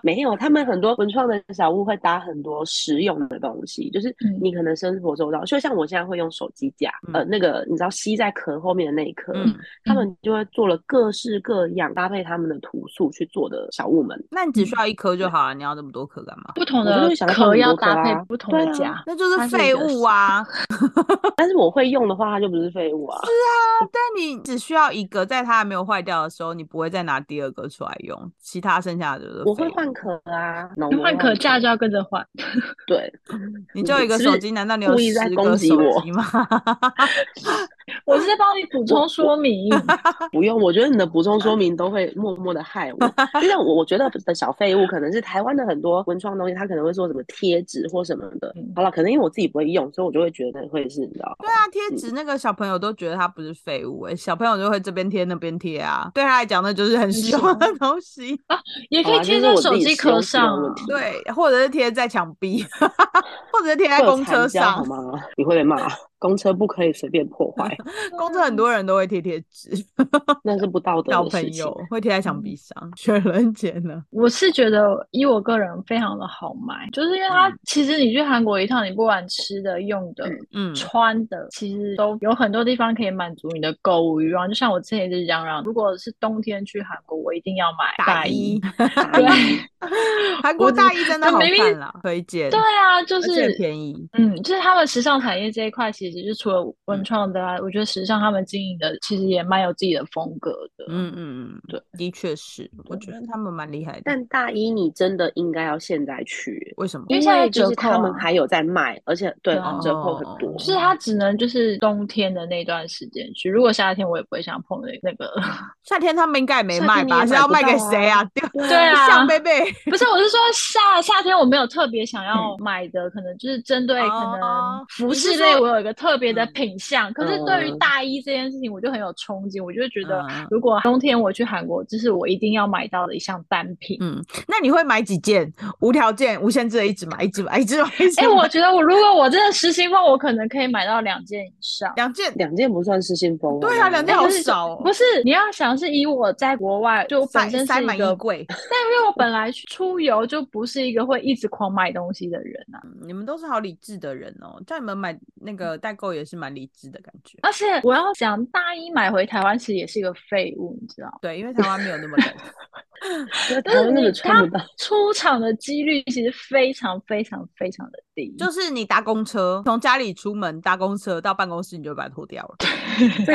[SPEAKER 4] 没有，他们很多文创的小物会搭很多实用的东西，就是
[SPEAKER 1] 嗯
[SPEAKER 4] 你可能生活周到，就像我现在会用手机架，呃，
[SPEAKER 2] 嗯
[SPEAKER 4] 那个你知道吸在壳后面的那一颗，
[SPEAKER 2] 嗯，
[SPEAKER 4] 他们就会做了各式各样搭配他们的图素去做的小物们，
[SPEAKER 2] 那你只需要一颗就好了，你要这么多颗干嘛？
[SPEAKER 1] 不同
[SPEAKER 4] 我就
[SPEAKER 1] 的
[SPEAKER 4] 会想到它
[SPEAKER 1] 壳
[SPEAKER 4] 很
[SPEAKER 1] 要
[SPEAKER 4] 多壳
[SPEAKER 1] 搭配
[SPEAKER 4] 啊
[SPEAKER 1] 不同的
[SPEAKER 4] 对啊
[SPEAKER 1] 夹，
[SPEAKER 2] 那就
[SPEAKER 1] 它
[SPEAKER 2] 是
[SPEAKER 1] 是一
[SPEAKER 2] 废
[SPEAKER 1] 个
[SPEAKER 2] 物
[SPEAKER 1] 是
[SPEAKER 2] 啊！
[SPEAKER 4] 但是我会用的话，它就不是废物啊。
[SPEAKER 2] 但你只需要一个，在它还没有坏掉的时候，你不会再拿第二个出来用，其他剩下的就是
[SPEAKER 4] 我会
[SPEAKER 2] 废物
[SPEAKER 4] 换壳啊，脑
[SPEAKER 1] 你
[SPEAKER 4] 膜
[SPEAKER 1] 换壳架
[SPEAKER 4] 壳
[SPEAKER 1] 就要跟着换。
[SPEAKER 4] 对，
[SPEAKER 2] 你就有一个
[SPEAKER 4] 是不
[SPEAKER 2] 手
[SPEAKER 4] 是
[SPEAKER 2] 机，难道你有
[SPEAKER 4] 故意
[SPEAKER 2] 十
[SPEAKER 4] 在
[SPEAKER 2] 个
[SPEAKER 4] 攻击
[SPEAKER 2] 手
[SPEAKER 4] 我
[SPEAKER 2] 机吗？
[SPEAKER 1] 我是在帮你补充说 明。
[SPEAKER 4] 不用，我觉得你的补充
[SPEAKER 1] 啊
[SPEAKER 4] 说明都会默默的害我。就像我，我觉得的小废物可能是台湾的很多文创东西，它可能会做什么贴纸或什么的
[SPEAKER 1] 嗯。
[SPEAKER 4] 好了，可能因为我自己不会用，所以我就会觉得会是你知道。
[SPEAKER 2] 对啊，
[SPEAKER 4] 嗯
[SPEAKER 2] 贴纸那个小朋友都觉得它不是废物、欸，小朋友就会这边贴那边贴啊，对他来讲那就是很实用的东西。
[SPEAKER 1] 也可
[SPEAKER 4] 好
[SPEAKER 1] 以
[SPEAKER 4] 啦
[SPEAKER 1] 贴
[SPEAKER 4] 这是
[SPEAKER 1] 在
[SPEAKER 4] 我
[SPEAKER 1] 手
[SPEAKER 4] 自己
[SPEAKER 1] 机
[SPEAKER 4] 使
[SPEAKER 1] 壳
[SPEAKER 4] 用习惯
[SPEAKER 1] 上
[SPEAKER 4] 问
[SPEAKER 1] 啊
[SPEAKER 4] 题
[SPEAKER 2] 对，或者是贴在墙壁， 或者是贴在
[SPEAKER 4] 会有
[SPEAKER 2] 公车
[SPEAKER 4] 残胶
[SPEAKER 2] 上
[SPEAKER 4] 好。吗？你会被骂，公车不可以随便破 坏，
[SPEAKER 2] 公车很多人都会贴贴纸，
[SPEAKER 4] 那是嗯不道德
[SPEAKER 2] 小
[SPEAKER 4] 的事
[SPEAKER 2] 朋
[SPEAKER 4] 情
[SPEAKER 2] 友。会贴在墙壁上。雪人节呢？
[SPEAKER 1] 我是觉得以我个人非常的好买，就是因为它
[SPEAKER 2] 嗯
[SPEAKER 1] 其实你去韩国一趟，你不管吃的、用的、
[SPEAKER 2] 嗯
[SPEAKER 1] 穿的，其实都有很多地方可以满足你的购物欲望。就像我之前一直嚷嚷，如果是冬天去韩国，我一定要买
[SPEAKER 2] 大
[SPEAKER 1] 衣
[SPEAKER 2] 衣。，
[SPEAKER 4] 大
[SPEAKER 1] 对啊
[SPEAKER 4] 一，
[SPEAKER 2] 韩国
[SPEAKER 1] 我只
[SPEAKER 2] 大衣真的
[SPEAKER 1] 就
[SPEAKER 2] 好
[SPEAKER 1] 明明
[SPEAKER 2] 看啦，推荐。
[SPEAKER 1] 对啊，就
[SPEAKER 2] 而且
[SPEAKER 1] 是
[SPEAKER 2] 便宜。
[SPEAKER 1] 嗯，就是他们时尚产业这一块，其实就除了
[SPEAKER 2] 嗯
[SPEAKER 1] 文创的啊，我觉得时尚他们经营的其实也蛮有自己的风格的。
[SPEAKER 2] 嗯嗯嗯，
[SPEAKER 4] 对，
[SPEAKER 2] 的确是，我觉得他们蛮厉害的。
[SPEAKER 4] 但大一你真的应该要现在去，
[SPEAKER 2] 为什么？
[SPEAKER 1] 因为
[SPEAKER 4] 因
[SPEAKER 1] 现在
[SPEAKER 4] 为就
[SPEAKER 1] 折
[SPEAKER 4] 是
[SPEAKER 1] 扣
[SPEAKER 4] 他们
[SPEAKER 1] 啊
[SPEAKER 4] 还有在卖，而且对
[SPEAKER 1] 对啊
[SPEAKER 4] 折扣很多。
[SPEAKER 1] 就是啊它只能就是冬天的那段时间去，如果夏天我也不会想碰那那个。
[SPEAKER 2] 夏天他们应该也没
[SPEAKER 4] 夏
[SPEAKER 2] 卖
[SPEAKER 4] 天你
[SPEAKER 2] 吧？
[SPEAKER 4] 也
[SPEAKER 2] 是
[SPEAKER 4] 买
[SPEAKER 2] 要
[SPEAKER 4] 不
[SPEAKER 2] 卖给
[SPEAKER 4] 到
[SPEAKER 2] 谁啊？ 丢
[SPEAKER 4] 对
[SPEAKER 1] 对啊
[SPEAKER 2] 像贝贝。
[SPEAKER 1] 不是，我是说夏夏天我没有特别想要买的，可能就是针对可
[SPEAKER 2] 哦
[SPEAKER 1] 能服
[SPEAKER 2] 你是
[SPEAKER 1] 饰类，
[SPEAKER 2] 说
[SPEAKER 1] 我有一个特别的
[SPEAKER 2] 嗯
[SPEAKER 1] 品相。可是对于
[SPEAKER 4] 嗯
[SPEAKER 1] 大衣这件事情，我就很有憧憬，我就会觉得
[SPEAKER 2] 嗯
[SPEAKER 1] 如果冬天我去韩国，这是我一定要买到的一项单 品。
[SPEAKER 2] 嗯，那你会买几件？无条件、无限制的，一直买，一直买，一直买，一直
[SPEAKER 1] 哎、
[SPEAKER 2] 买。
[SPEAKER 1] 我觉得我如果我真的失心疯，我可能可以买到两件以 上。
[SPEAKER 2] 两件，
[SPEAKER 4] 两件不算失心疯，
[SPEAKER 2] 对
[SPEAKER 4] 好
[SPEAKER 2] 啊，
[SPEAKER 4] 吗
[SPEAKER 2] 两件
[SPEAKER 1] 哎
[SPEAKER 2] 好
[SPEAKER 1] 可是
[SPEAKER 2] 少
[SPEAKER 1] 不
[SPEAKER 2] 哦，
[SPEAKER 1] 是，你要想是以我在国外，就我本
[SPEAKER 2] 塞
[SPEAKER 1] 身
[SPEAKER 2] 塞
[SPEAKER 1] 是
[SPEAKER 2] 满
[SPEAKER 1] 一
[SPEAKER 2] 衣
[SPEAKER 1] 个，
[SPEAKER 2] 柜。
[SPEAKER 1] 但因为我本来出游就不是一个会一直狂买东西的人啊。
[SPEAKER 2] 嗯你们都是好理智的人哦，叫你们买那个代购也是蛮理智的感觉。
[SPEAKER 1] 而且我要讲，大衣买回台湾其实也是一个废物，你知道吗？
[SPEAKER 2] 对，因为台湾没有那么冷。
[SPEAKER 4] 因
[SPEAKER 1] 但
[SPEAKER 4] 为台
[SPEAKER 1] 是
[SPEAKER 4] 湾根
[SPEAKER 1] 你
[SPEAKER 4] 本穿不
[SPEAKER 1] 它
[SPEAKER 4] 到。
[SPEAKER 1] 出场的几率其实非常非常非常的低，
[SPEAKER 2] 就是你搭公车，从家里出门搭公车到办公室，你就会把它脱掉了。
[SPEAKER 4] 在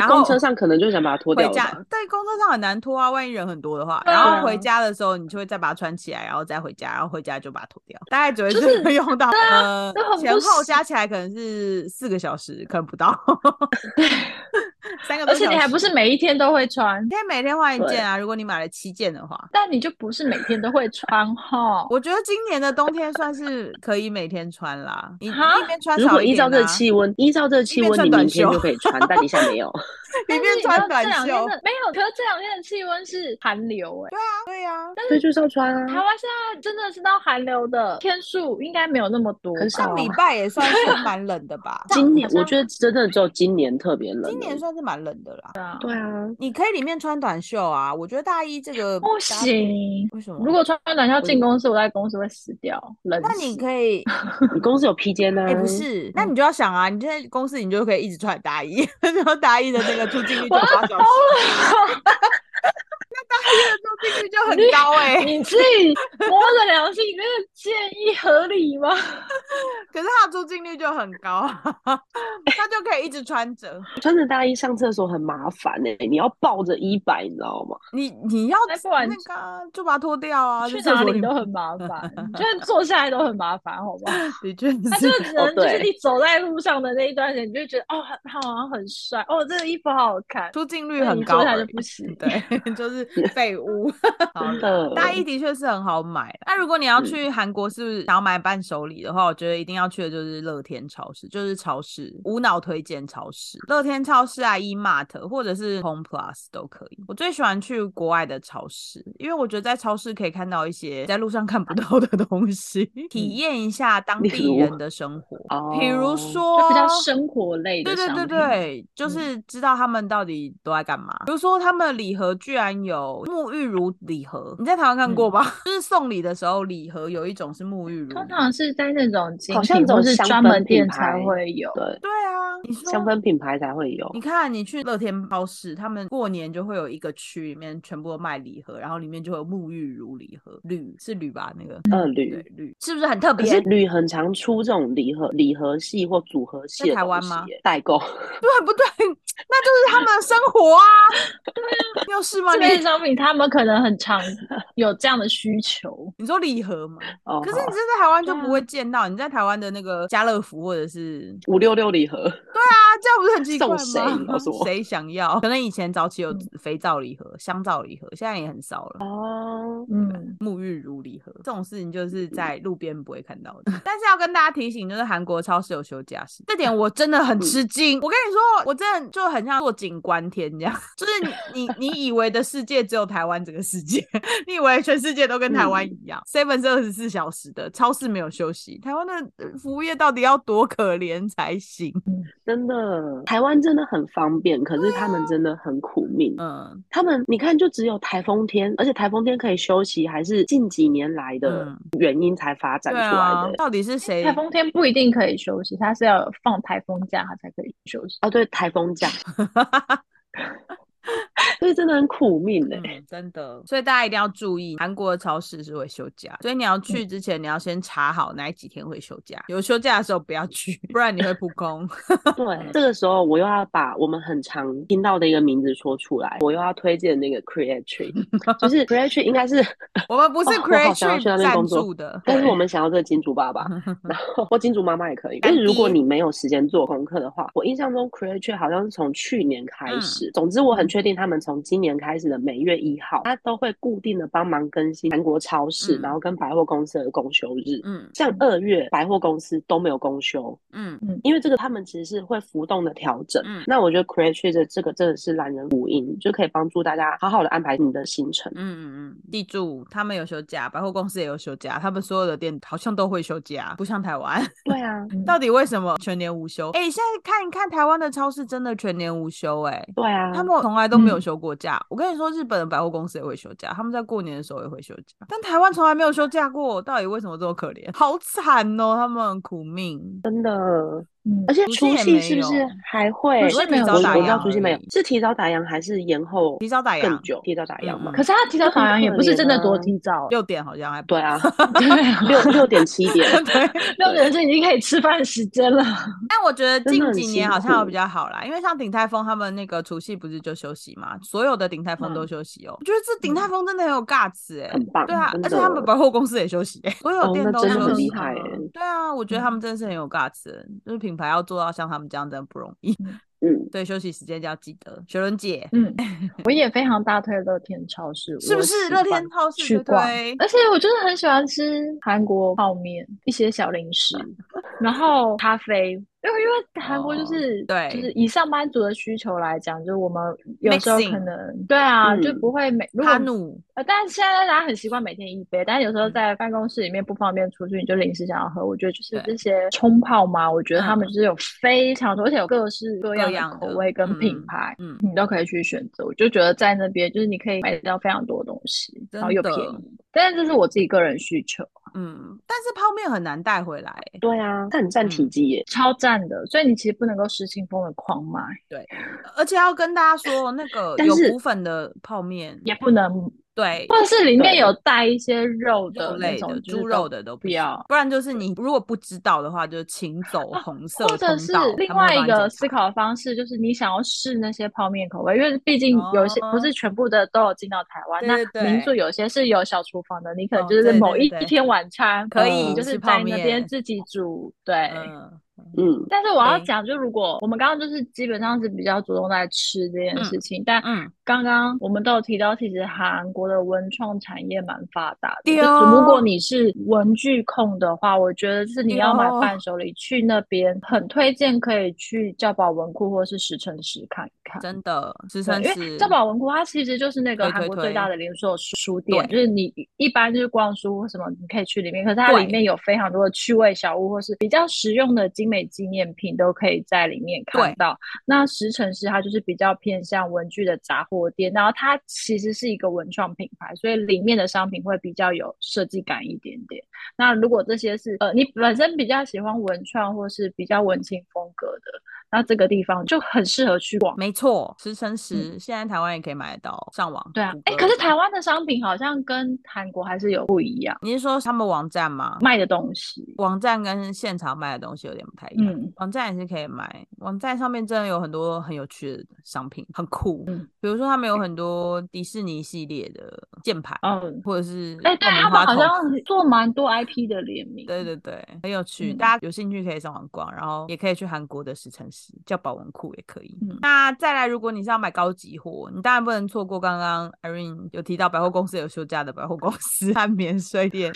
[SPEAKER 2] 然
[SPEAKER 4] 公
[SPEAKER 2] 后
[SPEAKER 4] 车上可能就想把它脱
[SPEAKER 2] 回
[SPEAKER 4] 掉了
[SPEAKER 2] 家
[SPEAKER 4] 吧。
[SPEAKER 2] 在公车上很难脱啊，万一人很多的话，
[SPEAKER 1] 对
[SPEAKER 2] 然
[SPEAKER 1] 啊
[SPEAKER 2] 后回家的时候你就会再把它穿起来，然后再回家，然后回家就把它脱掉，大概只会
[SPEAKER 1] 就是
[SPEAKER 2] 会 用到、呃
[SPEAKER 1] 那很不
[SPEAKER 2] 前后
[SPEAKER 1] 实
[SPEAKER 2] 加起来可能是四个小时，可能 不到，三个多
[SPEAKER 1] 而且你还不
[SPEAKER 2] 小
[SPEAKER 1] 是
[SPEAKER 2] 时
[SPEAKER 1] 每一天都会穿
[SPEAKER 2] 你，可以每天换一
[SPEAKER 4] 对
[SPEAKER 2] 件啊，如果你买了七件的话。
[SPEAKER 1] 但你就不是每天都会穿哈。
[SPEAKER 2] 我觉得今年的冬天算是可以每天穿啦，你
[SPEAKER 1] 哈
[SPEAKER 2] 你一边穿
[SPEAKER 4] 如
[SPEAKER 2] 少
[SPEAKER 4] 果
[SPEAKER 2] 一
[SPEAKER 4] 依
[SPEAKER 2] 点、啊，
[SPEAKER 4] 照这个气温，依照这个气
[SPEAKER 2] 一边
[SPEAKER 4] 温，
[SPEAKER 2] 穿
[SPEAKER 4] 你
[SPEAKER 2] 短
[SPEAKER 4] 明天
[SPEAKER 2] 袖
[SPEAKER 4] 就可以穿，但你现在 没有。
[SPEAKER 2] 里
[SPEAKER 1] 但
[SPEAKER 2] 面
[SPEAKER 1] 是你知
[SPEAKER 2] 穿
[SPEAKER 1] 道
[SPEAKER 2] 短
[SPEAKER 1] 这两天
[SPEAKER 2] 袖
[SPEAKER 1] 的，没有，可是这两天的气温是寒流哎、
[SPEAKER 2] 对啊呀、
[SPEAKER 4] 所以就是要穿
[SPEAKER 1] 台
[SPEAKER 4] 啊。
[SPEAKER 1] 湾现在真的是到寒流的天数应该没有那么多吧，
[SPEAKER 4] 很少
[SPEAKER 2] 上
[SPEAKER 4] 啊
[SPEAKER 2] 礼拜也算是蛮冷 的吧，
[SPEAKER 4] 今年
[SPEAKER 1] 好像
[SPEAKER 4] 我觉得真的只有今年特别冷。
[SPEAKER 2] 今年算是蛮冷的啦。
[SPEAKER 1] 啊
[SPEAKER 4] 对啊，
[SPEAKER 2] 你可以里面穿短袖啊，我觉得大衣这个
[SPEAKER 1] 不
[SPEAKER 2] 搭
[SPEAKER 1] 行。
[SPEAKER 2] 为什么？
[SPEAKER 1] 如果穿短袖进
[SPEAKER 2] 我
[SPEAKER 1] 公司，我在公司会死掉，冷
[SPEAKER 2] 那
[SPEAKER 1] 死
[SPEAKER 2] 你可以，
[SPEAKER 4] 你公司有披肩啊？
[SPEAKER 2] 哎、
[SPEAKER 1] 嗯
[SPEAKER 2] 不是，那你就要想啊，你在 公司你就可以一直穿大衣，然后大衣的那个出镜率就
[SPEAKER 1] 我
[SPEAKER 2] 八小时，很高哎、
[SPEAKER 1] 你自己摸着良心，你这个建议合理吗？
[SPEAKER 2] 可是它的出镜率就很高啊，它就可以一直穿着。
[SPEAKER 4] 穿着大衣上厕所很麻烦哎、你要抱着衣摆，你知道吗？
[SPEAKER 2] 你你要
[SPEAKER 1] 哎不然
[SPEAKER 2] 那个啊就把它脱掉啊，
[SPEAKER 1] 去
[SPEAKER 2] 就厕
[SPEAKER 1] 哪
[SPEAKER 2] 所
[SPEAKER 1] 里都很麻烦，就是坐下来都很麻烦，好不好？
[SPEAKER 2] 的确
[SPEAKER 1] 他
[SPEAKER 2] 是
[SPEAKER 1] 就只能就是
[SPEAKER 4] 对
[SPEAKER 1] 你走在路上的那一段时间，你就觉得哦，很他好像很帅，哦，这个衣服好好看，
[SPEAKER 2] 出镜率
[SPEAKER 1] 那
[SPEAKER 2] 很
[SPEAKER 1] 你
[SPEAKER 2] 高
[SPEAKER 1] 坐下
[SPEAKER 2] 而
[SPEAKER 1] 就
[SPEAKER 2] 已，
[SPEAKER 1] 不行。
[SPEAKER 2] 对，就是废物。好
[SPEAKER 4] 真
[SPEAKER 2] 啦
[SPEAKER 4] 的，
[SPEAKER 2] 嗯大衣的确是很好买。那如果你要
[SPEAKER 4] 嗯
[SPEAKER 2] 去韩国，是想要买伴手礼的话，我觉得一定要去的就是乐天超市，就是超市无脑推荐超市，乐天超市啊、e mart 或者是 Home Plus 都可以。我最喜欢去国外的超市，因为我觉得在超市可以看到一些在路上看不 到的东西，体验一下当
[SPEAKER 4] 例
[SPEAKER 2] 地
[SPEAKER 4] 如
[SPEAKER 2] 人的生活。比如
[SPEAKER 4] 哦
[SPEAKER 2] 说，
[SPEAKER 1] 就比较生活类的
[SPEAKER 2] 对对
[SPEAKER 1] 商
[SPEAKER 2] 对
[SPEAKER 1] 品， 嗯
[SPEAKER 2] 对，就是知道他们到底都在干嘛。比如说，他们的礼盒居然有沐浴乳礼盒，你在台湾看
[SPEAKER 1] 嗯
[SPEAKER 2] 过吧？ 就是送礼的时候，礼盒有一种是沐浴乳。
[SPEAKER 1] 通常是在那种精
[SPEAKER 4] 好像
[SPEAKER 1] 品
[SPEAKER 4] 这种
[SPEAKER 1] 或是
[SPEAKER 4] 香
[SPEAKER 1] 专
[SPEAKER 4] 氛
[SPEAKER 1] 门
[SPEAKER 4] 品
[SPEAKER 1] 店才
[SPEAKER 4] 牌
[SPEAKER 1] 会有。
[SPEAKER 4] 对，
[SPEAKER 2] 对啊，你说
[SPEAKER 4] 香氛品牌才会有
[SPEAKER 2] 你。看，你去乐天超市，他们过年就会有一个区里面全部都卖礼盒，然后里面就会有沐浴乳礼盒，铝是铝吧？那个
[SPEAKER 4] 二
[SPEAKER 2] 嗯对
[SPEAKER 4] 铝，
[SPEAKER 2] 铝是不是很特
[SPEAKER 4] 可是
[SPEAKER 2] 别？
[SPEAKER 4] 铝很常出这种礼盒、礼盒系或组合系的
[SPEAKER 2] 在台湾
[SPEAKER 4] 东
[SPEAKER 2] 吗
[SPEAKER 4] 西耶，代购。
[SPEAKER 2] 对不对？那就是他们的生活 啊。对啊，又是吗？
[SPEAKER 1] 这边的
[SPEAKER 2] 你
[SPEAKER 1] 商品，他们可能很常有这样的需求。
[SPEAKER 2] 你说礼盒吗？
[SPEAKER 4] 哦，
[SPEAKER 2] 可是
[SPEAKER 4] 好
[SPEAKER 2] 你在台湾就
[SPEAKER 1] 对
[SPEAKER 2] 不
[SPEAKER 1] 啊
[SPEAKER 2] 会见到，你在台湾的那个家乐福或者是
[SPEAKER 4] 五六六礼盒，
[SPEAKER 2] 啊，这样不是很奇怪
[SPEAKER 4] 送
[SPEAKER 2] 吗？
[SPEAKER 4] 谁你告诉 我
[SPEAKER 2] 谁想要？可能以前早期有
[SPEAKER 1] 嗯
[SPEAKER 2] 肥皂礼盒、香皂礼盒，现在也很少了。
[SPEAKER 4] 哦，
[SPEAKER 1] 嗯，
[SPEAKER 2] 沐浴乳礼盒这种事情，
[SPEAKER 4] 嗯
[SPEAKER 2] 就是在路边不会看到的。但是要跟大家提醒，就是韩国超市有休假时，这点我真的
[SPEAKER 4] 嗯
[SPEAKER 2] 很吃惊。我跟你说，我真的就很像坐井观天这样， 就是你你你以为的世界只有台湾这个世界， 你以为全世界都跟台湾
[SPEAKER 4] 嗯
[SPEAKER 2] 一样，seven 是二十四小时的，超市没有休息。台湾的呃服务业到底要多可怜才行？
[SPEAKER 4] 真的，台湾真的很方便，可是他们真的很苦命。
[SPEAKER 2] 嗯
[SPEAKER 4] 他们你看，就只有台风天，而且台风天可以休息，还是近几年来的
[SPEAKER 2] 嗯，
[SPEAKER 4] 原因才发展
[SPEAKER 2] 对
[SPEAKER 4] 出来
[SPEAKER 2] 啊
[SPEAKER 4] 的。，
[SPEAKER 2] 到底是谁？
[SPEAKER 1] 台风天不一定可以休息，它是要有放台风假，它才可以休息。
[SPEAKER 4] 哦，对，台 风假，所以真的很苦命哎、
[SPEAKER 2] 嗯，真的，所以大家一定要注意，韩国的超市是会休假，所以你要去之前，你要先查好哪几天会休假，有休假的时候不要去，不然你会扑空。 嗯
[SPEAKER 4] 对，这个时候我又要把我们很常听到的一个名字说出来，我又要推荐那个 Create Tree，就是 Create Tree 应该是，
[SPEAKER 2] 我们不是
[SPEAKER 4] 哦我
[SPEAKER 2] create
[SPEAKER 4] 好想要去那
[SPEAKER 2] trip
[SPEAKER 4] 边
[SPEAKER 2] 赞
[SPEAKER 4] 工作，
[SPEAKER 2] 助的
[SPEAKER 4] 但是我们想要这个金主 爸爸，然后或金主妈妈也可以。但是如果你没有时间做功课的话，我印象中 Create Tree 好像是从去年
[SPEAKER 2] 嗯
[SPEAKER 4] 开始，总之我很确定他们从今年开始的每月一号，他都会固定的帮忙更新韩国超市，
[SPEAKER 2] 嗯
[SPEAKER 4] 然后跟百货公司的公休日。
[SPEAKER 2] 嗯
[SPEAKER 4] 像二月百货公司都没有公休，
[SPEAKER 2] 嗯
[SPEAKER 4] 因为这个他们其实是会浮动的调整。
[SPEAKER 2] 嗯
[SPEAKER 4] 那我觉得 Create Tree 的这个真的是懒人福音，就可以帮助大家好好的安排你的行程
[SPEAKER 2] 嗯。嗯嗯，记住，他们有休假，百货公司也有休假，他们所有的店好像都会休假，不像台湾。
[SPEAKER 4] 对啊，
[SPEAKER 1] 嗯
[SPEAKER 2] 到底为什么全年无休？哎、现在看一看台湾的超市，真的全年无休哎、
[SPEAKER 4] 对啊，
[SPEAKER 2] 他们从来都没有
[SPEAKER 1] 嗯
[SPEAKER 2] 休过假。我跟你说，日本的百货公司也会休假，他们在过年的时候也会休假，但台湾从来没有休假过。到底为什么这么可怜？ 好惨哦，他们很苦命。
[SPEAKER 4] 真的
[SPEAKER 1] 嗯
[SPEAKER 4] 而，且
[SPEAKER 2] 除夕
[SPEAKER 4] 除
[SPEAKER 2] 也
[SPEAKER 4] 夕
[SPEAKER 2] 没
[SPEAKER 4] 是不是
[SPEAKER 2] 有啊
[SPEAKER 4] 还会？
[SPEAKER 1] 除夕没有
[SPEAKER 4] 我我
[SPEAKER 1] 打
[SPEAKER 4] 我知道
[SPEAKER 1] 烊
[SPEAKER 4] 除夕没有
[SPEAKER 2] 而已，
[SPEAKER 4] 是提早打烊还是延后
[SPEAKER 2] 提早打烊
[SPEAKER 4] 更久？提早打烊嘛
[SPEAKER 2] 嗯嗯？
[SPEAKER 1] 可是他提早打烊也不是真的多提早，
[SPEAKER 2] 六点好像还
[SPEAKER 4] 对啊，
[SPEAKER 1] 对啊，
[SPEAKER 4] 六六点七点，
[SPEAKER 2] 对，
[SPEAKER 1] 六点是已经可以吃饭时间了。
[SPEAKER 2] 但我觉得
[SPEAKER 4] 真的
[SPEAKER 2] 近
[SPEAKER 4] 很
[SPEAKER 2] 几
[SPEAKER 4] 辛
[SPEAKER 2] 年好像有
[SPEAKER 4] 苦
[SPEAKER 2] 比较好啦，因为像鼎泰丰他们那个除夕不是就休息嘛，所有的鼎泰丰都
[SPEAKER 4] 嗯
[SPEAKER 2] 休息哦、我觉得这鼎泰丰真的很有 guts 哎、
[SPEAKER 4] 很棒，
[SPEAKER 2] 对啊
[SPEAKER 4] 真，
[SPEAKER 2] 而
[SPEAKER 4] 的
[SPEAKER 2] 且他们百货公司也休息、欸，所有
[SPEAKER 4] 哦，
[SPEAKER 2] 店
[SPEAKER 4] 那
[SPEAKER 2] 都
[SPEAKER 4] 真的
[SPEAKER 2] 休
[SPEAKER 4] 很
[SPEAKER 2] 息
[SPEAKER 4] 厉。害欸
[SPEAKER 1] 嗯
[SPEAKER 2] 对啊，我觉得他
[SPEAKER 1] 嗯
[SPEAKER 2] 们真的是很有 guts，的就是品牌要做到像他们这样真的不容易。
[SPEAKER 4] 嗯，
[SPEAKER 2] 对，休息时间就要记得。雪伦姐，
[SPEAKER 1] 嗯， 我也非常大推乐天超市，
[SPEAKER 2] 是不
[SPEAKER 1] 我
[SPEAKER 2] 是
[SPEAKER 1] 喜
[SPEAKER 2] 乐天
[SPEAKER 1] 欢
[SPEAKER 2] 超市
[SPEAKER 1] 去
[SPEAKER 2] 对不
[SPEAKER 1] 逛
[SPEAKER 2] 对？
[SPEAKER 1] 而且我就是很喜欢吃韩国泡面，一些小零 食，然后咖啡，因为因为韩国就
[SPEAKER 2] 哦
[SPEAKER 1] 是、
[SPEAKER 2] 对
[SPEAKER 1] 就是以上班族的需求来讲，就是我们有时候
[SPEAKER 2] Mixing
[SPEAKER 1] 可能对啊，就
[SPEAKER 4] 嗯
[SPEAKER 1] 不会每如
[SPEAKER 2] 哈
[SPEAKER 1] 果
[SPEAKER 2] 努，
[SPEAKER 1] 呃，但是现在大家很习惯每天一杯，但是有时候
[SPEAKER 2] 嗯
[SPEAKER 1] 在办公室里面不方便出去，你就临时想要喝，我觉得就是
[SPEAKER 2] 对
[SPEAKER 1] 这些冲泡嘛，我觉得他们
[SPEAKER 2] 嗯
[SPEAKER 1] 就是有非常多，而且有各式各
[SPEAKER 2] 各
[SPEAKER 1] 样的
[SPEAKER 2] 样
[SPEAKER 1] 口
[SPEAKER 2] 的
[SPEAKER 1] 味跟
[SPEAKER 2] 嗯
[SPEAKER 1] 品牌，
[SPEAKER 2] 嗯，
[SPEAKER 1] 你都可以去选择。我就觉得在那边就是你可以买到非常多东西，然后
[SPEAKER 2] 真
[SPEAKER 1] 又便
[SPEAKER 2] 的
[SPEAKER 1] 宜，但是这是我自己个人需求，
[SPEAKER 2] 嗯，但是泡面很难带回来欸、
[SPEAKER 4] 对啊，但很占
[SPEAKER 2] 嗯
[SPEAKER 4] 体积耶，
[SPEAKER 1] 超赞的，所以你其实不能够失心疯的狂买，
[SPEAKER 2] 而且要跟大家说，那个
[SPEAKER 4] 但
[SPEAKER 2] 有
[SPEAKER 4] 是
[SPEAKER 2] 骨粉的泡面
[SPEAKER 1] 也不能
[SPEAKER 2] 对，
[SPEAKER 1] 或者是里面有带一些肉的
[SPEAKER 2] 肉
[SPEAKER 1] 那
[SPEAKER 2] 类
[SPEAKER 1] 种
[SPEAKER 2] 的、
[SPEAKER 1] 就是
[SPEAKER 2] 猪肉的都
[SPEAKER 1] 不要哦
[SPEAKER 2] 行不然就是你如果不知道的话，就请走红色
[SPEAKER 1] 或
[SPEAKER 2] 通道。
[SPEAKER 1] 者是
[SPEAKER 2] 他们会
[SPEAKER 1] 另
[SPEAKER 2] 帮
[SPEAKER 1] 外一
[SPEAKER 2] 你
[SPEAKER 1] 个
[SPEAKER 2] 检
[SPEAKER 1] 思
[SPEAKER 2] 查，
[SPEAKER 1] 考方式，就是你想要试那些泡面口味，因为毕竟有些不
[SPEAKER 2] 哦
[SPEAKER 1] 是全部的都有进到台湾。
[SPEAKER 2] 对对
[SPEAKER 1] 那民
[SPEAKER 2] 对
[SPEAKER 1] 宿有些是有小厨房的，你可能
[SPEAKER 2] 哦
[SPEAKER 1] 就是
[SPEAKER 2] 对
[SPEAKER 1] 某
[SPEAKER 2] 对
[SPEAKER 1] 一
[SPEAKER 2] 对
[SPEAKER 1] 天晚餐
[SPEAKER 2] 可
[SPEAKER 1] 你
[SPEAKER 2] 以
[SPEAKER 1] 就
[SPEAKER 2] 吃
[SPEAKER 1] 是
[SPEAKER 2] 泡
[SPEAKER 1] 在那
[SPEAKER 2] 面
[SPEAKER 1] 边自己煮。对，
[SPEAKER 2] 嗯，
[SPEAKER 4] 嗯，
[SPEAKER 1] 但是我要
[SPEAKER 2] 对
[SPEAKER 1] 讲，就如果我们刚刚就是基本上是比较着重在吃这件
[SPEAKER 2] 嗯
[SPEAKER 1] 事情，但
[SPEAKER 2] 嗯
[SPEAKER 1] 刚刚我们都有提到，其实韩国的文创产业蛮发达的。
[SPEAKER 2] 对
[SPEAKER 1] 就是
[SPEAKER 2] 哦
[SPEAKER 1] 如果你是文具控的话，我觉得就是你要买
[SPEAKER 2] 对哦
[SPEAKER 1] 伴手礼去那边，很推荐可以去教保文库或是十乘十看一看。
[SPEAKER 2] 真的，十
[SPEAKER 1] 对
[SPEAKER 2] 乘
[SPEAKER 1] 因为
[SPEAKER 2] 十
[SPEAKER 1] 教保文库它其实就是那个
[SPEAKER 2] 推
[SPEAKER 1] 韩
[SPEAKER 2] 推
[SPEAKER 1] 国
[SPEAKER 2] 推
[SPEAKER 1] 最大的连锁书书店，
[SPEAKER 2] 对
[SPEAKER 1] 就是你一般就是逛书或什么，你可以去里面，可是它
[SPEAKER 2] 对
[SPEAKER 1] 里面有非常多的趣味小物或是比较实用的精美纪念品都可以在里面看
[SPEAKER 2] 对
[SPEAKER 1] 到。那十城市它就是比较偏向文具的杂货店，然后它其实是一个文创品牌，所以里面的商品会比较有设计感一点点。那如果这些是呃你本身比较喜欢文创或是比较文青风格的，那这个地方就很适合去逛。
[SPEAKER 2] 没错，十乘十，现在台湾也可以买得到，上网。
[SPEAKER 1] 对啊，
[SPEAKER 2] 谷
[SPEAKER 1] 哎、
[SPEAKER 2] 歌
[SPEAKER 1] 可是台湾的商品好像跟韩国还是有不一样
[SPEAKER 2] 你是说他们网站吗？
[SPEAKER 1] 卖的东西。
[SPEAKER 2] 网站跟现场卖的东西有点不太一样。
[SPEAKER 1] 嗯，
[SPEAKER 2] 网站也是可以买，网站上面真的有很多很有趣的商品，很酷。
[SPEAKER 1] 嗯
[SPEAKER 2] 比如说他们有很多迪士尼系列的键盘，
[SPEAKER 1] 哦，
[SPEAKER 2] 或者是
[SPEAKER 1] 哎、
[SPEAKER 2] 爆
[SPEAKER 1] 对
[SPEAKER 2] 米
[SPEAKER 1] 他们
[SPEAKER 2] 花
[SPEAKER 1] 好
[SPEAKER 2] 头。
[SPEAKER 1] 像做蛮多 IP 的联名。
[SPEAKER 2] 对对对，很有趣，
[SPEAKER 1] 嗯
[SPEAKER 2] 大家有兴趣可以上网逛，然后也可以去韩国的十城市，叫保文库也可以。
[SPEAKER 1] 嗯
[SPEAKER 2] 那再来，如果你是要买高级货，你当然不能错过刚刚 Irene 有提到百货公司有休假的百货公司 和免税店。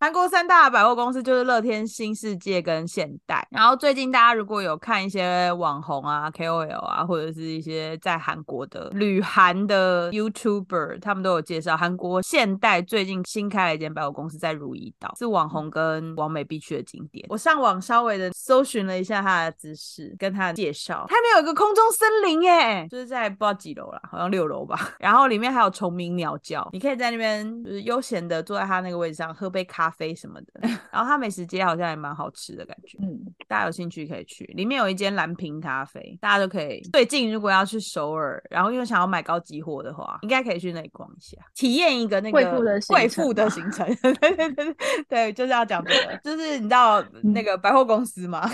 [SPEAKER 2] 韩国三大百货公司就是乐天、新世界跟现代。然后最近大家如果有看一些网红啊、KOL 啊，或者是一些在韩国的旅韩的 YouTuber，他们都有介绍韩国现代最近新开了一间百货公司在如意岛，是网红跟王美必去的景点。我上网稍微的搜寻了一下它的姿势跟它的介绍，它里面有一个空中森林耶，就是在不知道几楼啦，好像六楼吧。 然后里面还有虫鸣鸟叫，你可以在那边就是悠闲的坐在它那个位置上喝杯咖啡什么的。 然后它美食街好像也蛮好吃的感觉。
[SPEAKER 1] 嗯，
[SPEAKER 2] 大家有兴趣可以去，里面有一间蓝瓶咖啡，大家都可以。最近如果要去首尔，然后又想要买高级货的话，应该可以去那里逛一下，体验一个那个
[SPEAKER 1] 贵妇的行
[SPEAKER 2] 贵
[SPEAKER 1] 程
[SPEAKER 2] 妇的
[SPEAKER 1] 吗
[SPEAKER 2] 行程。 对对对对对，就是要讲这个，就是你知道
[SPEAKER 1] 嗯
[SPEAKER 2] 那个百货公司吗？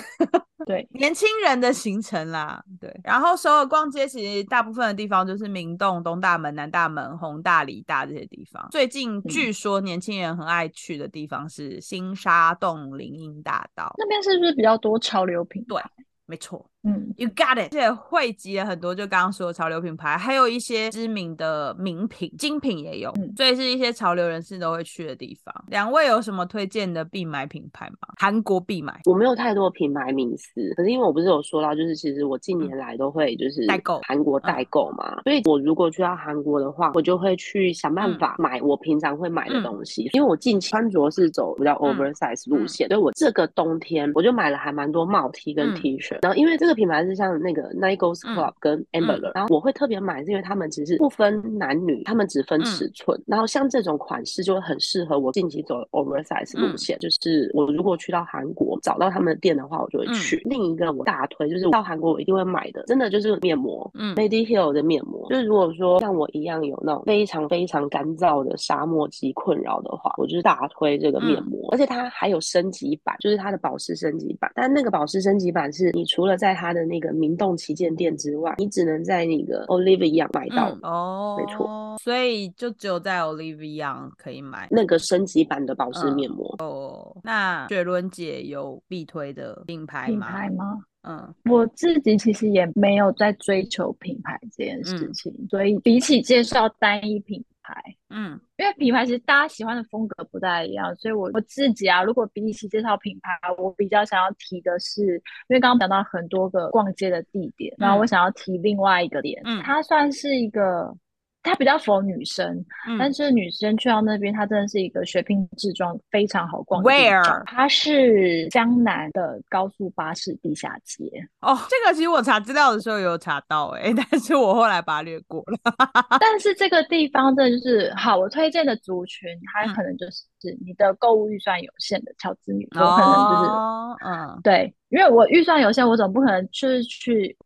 [SPEAKER 1] 对，
[SPEAKER 2] 年轻人的行程啦，对。然后首尔逛街，其实大部分的地方就是明洞、东大门、南大门、宏大、梨大这些地方。最近
[SPEAKER 1] 嗯
[SPEAKER 2] 据说年轻人很爱去的地方是新沙洞林荫大道，
[SPEAKER 1] 那边是不是比较多潮流品
[SPEAKER 2] 对
[SPEAKER 1] 牌？
[SPEAKER 2] 没错。
[SPEAKER 1] 嗯
[SPEAKER 2] You got it，而且汇集了很多，就刚刚说的潮流品牌，还有一些知名的名品、精品也有，
[SPEAKER 1] 嗯
[SPEAKER 2] 所以是一些潮流人士都会去的地方。两位有什么推荐的必买品牌吗？韩国必买，
[SPEAKER 4] 我没有太多品牌名词，可是因为我不是有说到，就是其实我近年来都会就是
[SPEAKER 2] 嗯代购嗯
[SPEAKER 4] 韩国代购嘛，所以我如果去到韩国的话，我就会去想
[SPEAKER 2] 嗯
[SPEAKER 4] 办法买我平常会买的东西，因为我近期穿着是走比较
[SPEAKER 2] 嗯
[SPEAKER 4] oversize 路线，所以我这个冬天我就买了还蛮多帽 T 跟
[SPEAKER 2] 嗯
[SPEAKER 4] T 恤，然后因为这个品牌是像那个 n i g o s
[SPEAKER 2] 嗯
[SPEAKER 4] Club 跟 Amber，、然后我会特别买是因为他们只是不分男女，他们只分
[SPEAKER 2] 嗯
[SPEAKER 4] 尺寸，然后像这种款式就会很适合我近期走的 oversize 路
[SPEAKER 2] 嗯
[SPEAKER 4] 线。线，就是我如果去到韩国找到他们的店的话，我就
[SPEAKER 2] 嗯
[SPEAKER 4] 会去。另一个我大推就是到韩国我一定会买的，真的就是面膜。
[SPEAKER 2] 嗯
[SPEAKER 4] Lady Hill 的面膜，就是如果说像我一样有那种非常非常干燥的沙漠肌困扰的话，我就是大推这个面
[SPEAKER 2] 嗯
[SPEAKER 4] 膜，而且它还有升级版，就是它的保湿升级版。但那个保湿升级版是你除了在它的那个明洞旗舰店之外，你只能在那个 Olivia 买到
[SPEAKER 2] 嗯哦，
[SPEAKER 4] 没错，
[SPEAKER 2] 所以就只有在 Olivia 可以买。
[SPEAKER 4] 那个升级版的保湿
[SPEAKER 2] 嗯
[SPEAKER 4] 面膜。
[SPEAKER 2] 哦，那雪伦姐有必推的品牌
[SPEAKER 1] 品
[SPEAKER 2] 吗？
[SPEAKER 1] 牌吗？
[SPEAKER 2] 嗯
[SPEAKER 1] 我自己其实也没有在追求品牌这件事情，所以比起介绍单一品牌，
[SPEAKER 2] 嗯
[SPEAKER 1] 因为品牌其实大家喜欢的风格不太一样，所以我我自己啊，如果比起介绍品牌，我比较想要提的是，因为刚刚讲到很多个逛街的地点，然后我想要提另外一个点，
[SPEAKER 2] 嗯
[SPEAKER 1] 它算是一个。它比较符合女生，但
[SPEAKER 2] 嗯
[SPEAKER 1] 是女生去到那边，它真的是一个雪拼自装非常好逛的地方。
[SPEAKER 2] ，Where？
[SPEAKER 1] 它是江南的高速巴士地下街，
[SPEAKER 2] 哦，这个其实我查资料的时候有查到、欸， 但是我后来把它略过了。
[SPEAKER 1] 但是这个地方真的就是好，我推荐的族群，它
[SPEAKER 2] 嗯
[SPEAKER 1] 可能就是你的购物预算有限的乔子女，我可能就是
[SPEAKER 2] 哦，嗯
[SPEAKER 1] 对，因为我预算有限，我总不可能就是去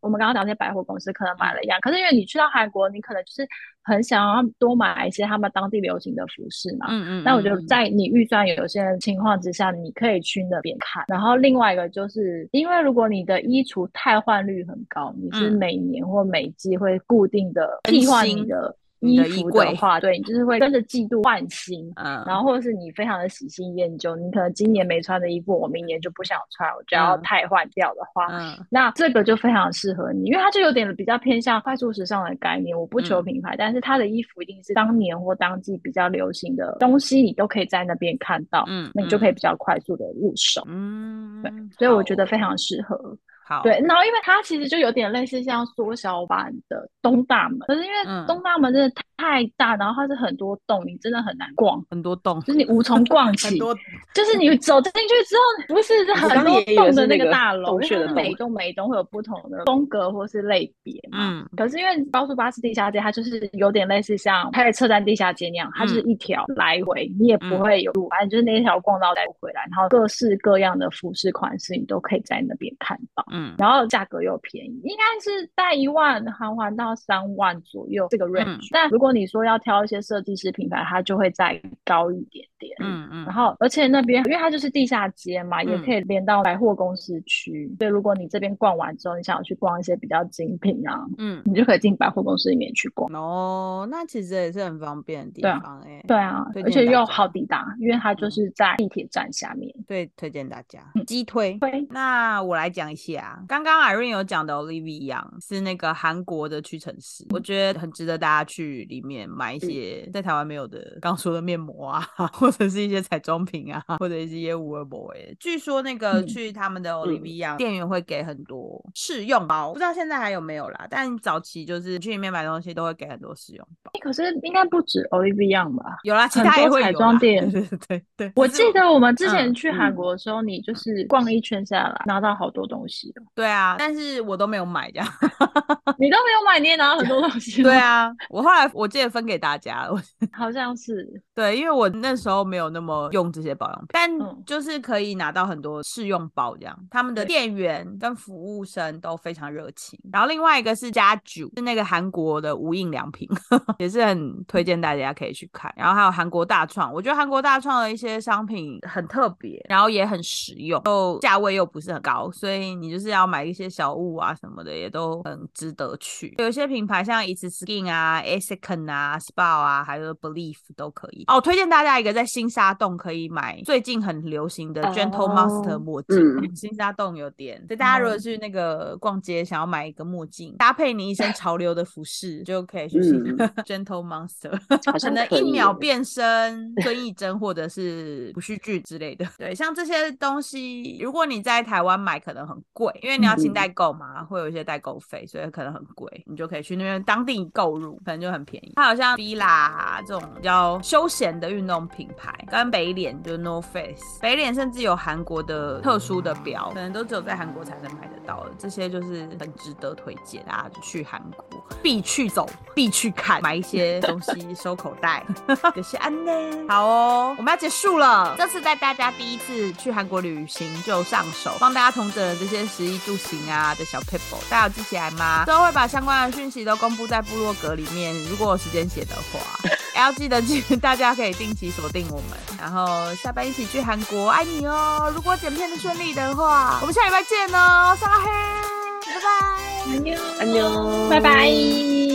[SPEAKER 1] 我们刚刚讲那些百货公司可能买了一样，可是因为你去到韩国，你可能就是很想要多买一些他们当地流行的服饰嘛。
[SPEAKER 2] 嗯嗯，
[SPEAKER 1] 那我觉得
[SPEAKER 2] 嗯嗯
[SPEAKER 1] 在你预算有限的情况之下，你可以去那边看。然后另外一个就是，因为如果你的衣橱汰换率很高，你是
[SPEAKER 2] 嗯
[SPEAKER 1] 每年或每季会固定的
[SPEAKER 2] 更
[SPEAKER 1] 替换你
[SPEAKER 2] 新
[SPEAKER 1] 的
[SPEAKER 2] 你
[SPEAKER 1] 衣
[SPEAKER 2] 的衣
[SPEAKER 1] 服
[SPEAKER 2] 柜
[SPEAKER 1] 的话，对，你就是会跟着季度换新。
[SPEAKER 2] 嗯，
[SPEAKER 1] 然后或者是你非常的喜新厌旧，你可能今年没穿的衣服，我明年就不想穿，我就要
[SPEAKER 2] 嗯
[SPEAKER 1] 汰换掉的话，
[SPEAKER 2] 嗯
[SPEAKER 1] 那这个就非常适合你，因为它就有点比较偏向快速时尚的概念。我不求
[SPEAKER 2] 嗯
[SPEAKER 1] 品牌，但是它的衣服一定是当年或当季比较流行的东西，你都可以在那边看到，
[SPEAKER 2] 嗯，
[SPEAKER 1] 那你就可以
[SPEAKER 2] 嗯
[SPEAKER 1] 比较快速的入手。
[SPEAKER 2] 嗯，
[SPEAKER 1] 所以我
[SPEAKER 2] 好
[SPEAKER 1] 觉得非常适合。
[SPEAKER 2] 好，
[SPEAKER 1] 对，然后因为它其实就有点类似像缩小版的东大门，可是因为
[SPEAKER 2] 嗯
[SPEAKER 1] 东大门真的太大，然后它是很多栋，你真的很难逛。
[SPEAKER 2] 很多洞，
[SPEAKER 1] 就是你无从逛起，
[SPEAKER 2] 很多
[SPEAKER 1] 就是你走进去之后，不是是
[SPEAKER 4] 我
[SPEAKER 1] 很
[SPEAKER 4] 刚
[SPEAKER 1] 多
[SPEAKER 4] 也以为
[SPEAKER 1] 栋的
[SPEAKER 4] 是
[SPEAKER 1] 那
[SPEAKER 4] 那
[SPEAKER 1] 个
[SPEAKER 4] 个
[SPEAKER 1] 大楼，
[SPEAKER 4] 洞
[SPEAKER 1] 因
[SPEAKER 4] 穴
[SPEAKER 1] 为它
[SPEAKER 4] 的洞
[SPEAKER 1] 每一栋每一栋会有不同的风格或是类别嘛。
[SPEAKER 2] 嗯
[SPEAKER 1] 可是因为高速巴士地下街，它就是有点类似像台北车站地下街那样，它
[SPEAKER 4] 嗯
[SPEAKER 1] 就是一条来回，你也不
[SPEAKER 2] 嗯
[SPEAKER 1] 会有路，反正就是那一条逛到再回来，然后各式各样的服饰款式你都可以在那边看到。
[SPEAKER 2] 嗯
[SPEAKER 1] 然后价格又便宜，应该是在一万韩元到三万左右这个
[SPEAKER 4] 嗯
[SPEAKER 1] range、但如果你说要挑一些设计师品牌，它就会再高一点点。
[SPEAKER 2] 嗯嗯，
[SPEAKER 1] 然后，而且那边因为它就是地下街嘛，也
[SPEAKER 2] 嗯
[SPEAKER 1] 可以连到百货公司区。所以，如果你这边逛完之后，你想要去逛一些比较精品啊，
[SPEAKER 2] 嗯。
[SPEAKER 1] 你就可以进百货公司里面去逛。
[SPEAKER 2] 哦，那其实也是很方便的地
[SPEAKER 1] 对啊
[SPEAKER 2] 方哎、
[SPEAKER 1] 对啊，
[SPEAKER 2] 推
[SPEAKER 1] 而
[SPEAKER 2] 荐
[SPEAKER 1] 且
[SPEAKER 2] 大
[SPEAKER 1] 又
[SPEAKER 2] 家
[SPEAKER 1] 好抵达，因为它
[SPEAKER 2] 嗯
[SPEAKER 1] 就是在地铁站下面。
[SPEAKER 2] 对，推荐大家
[SPEAKER 1] 嗯
[SPEAKER 2] 鸡推。
[SPEAKER 1] 对，
[SPEAKER 2] 那我来讲一下，刚刚 Irene 有讲的 Olivia Yang 是那个韩国的屈臣氏，我觉得很值得大家去里面买
[SPEAKER 1] 嗯
[SPEAKER 2] 一些在台湾没有的，刚说的面膜啊， 或者是一些彩妆品啊，或者一些无二 boy。据说那个
[SPEAKER 1] 嗯
[SPEAKER 2] 去他们的 Olivia Yang 店员会给很多试用包，不知道现在还有没有啦，但早期就是去里面买东西都会给很多试用包，
[SPEAKER 1] 可是应该不止 Olivia Young 吧？
[SPEAKER 2] 有啦，其
[SPEAKER 1] 很
[SPEAKER 2] 他也
[SPEAKER 1] 多
[SPEAKER 2] 会
[SPEAKER 1] 彩
[SPEAKER 2] 有
[SPEAKER 1] 妆
[SPEAKER 2] 啦
[SPEAKER 1] 店
[SPEAKER 2] 对对对对，
[SPEAKER 1] 我
[SPEAKER 2] 可是
[SPEAKER 1] 记得我们之前
[SPEAKER 2] 嗯
[SPEAKER 1] 去
[SPEAKER 4] 嗯
[SPEAKER 1] 韩国的时候，你就是逛一圈下来，拿到好多东西哦，
[SPEAKER 2] 对啊，但是我都没有买 这样。
[SPEAKER 1] 你都没有买，你也拿到很多东西。
[SPEAKER 2] 对，啊，我后来我记得分给大家了。我
[SPEAKER 1] 好像是，
[SPEAKER 2] 对，因为我那时候没有那么用这些保养品，但
[SPEAKER 1] 嗯
[SPEAKER 2] 就是可以拿到很多试用包这样。他们的店员跟服务生都非常热情。然后另外一个是家酒，是那个韩国的无印良品，也是很推荐大家可以去看。然后还有韩国大创，我觉得韩国大创的一些商品很特别，然后也很实用，又价位又不是很高，所以你就是要买一些小物啊什么的，也都很值得去。有一些品牌像 It's Skin 啊、Asics 啊、SPA 啊，还有 Belief 都可以。哦，推荐大家一个在新沙洞可以买最近很流行的 Gentle
[SPEAKER 1] 哦
[SPEAKER 2] Monster 墨镜，
[SPEAKER 4] 嗯
[SPEAKER 2] 新沙洞有点。所以大家如果
[SPEAKER 1] 哦
[SPEAKER 2] 去那个逛街，想要买一个墨镜，搭配你一身潮流的服饰，就可以去新、
[SPEAKER 4] 嗯
[SPEAKER 2] Gentle Monster。
[SPEAKER 4] 好
[SPEAKER 2] 可
[SPEAKER 4] 像
[SPEAKER 2] 能
[SPEAKER 4] 可
[SPEAKER 2] 一
[SPEAKER 4] 以
[SPEAKER 2] 秒
[SPEAKER 4] 耶
[SPEAKER 2] 变身孙艺珍或者是朴叙俊之类的。 对，像这些东西，如果你在台湾买可能很贵，因为你要请
[SPEAKER 4] 嗯
[SPEAKER 2] 代购嘛，会有一些代购费，所以可能很贵。你就可以去那边当地购入，可能就很便宜。它好像 Fila 啊这种比较休闲的运动品牌，跟北脸就是 North Face，北脸甚至有韩国的特殊的表，可能都只有在韩国才能买得到的。这些就是很值得推荐，大家就去韩国必去走，必去看，买一些东西收口袋。 就是安呢。好哦，我们要结束了。这次带大家第一次去韩国旅行就上手，帮大家统整了这些食衣住行啊的小 paper，大家有记起来吗？之后会把相关的讯息都公布在部落格里面，如果有时间写的 话。要记得去，大家可以定期锁定我们，然后下班一起去韩国，爱你哦！如果剪片的顺利的话，我们下礼拜见哦，撒拉嘿，拜拜。
[SPEAKER 1] 安妞，
[SPEAKER 4] 安妞，
[SPEAKER 1] 拜拜。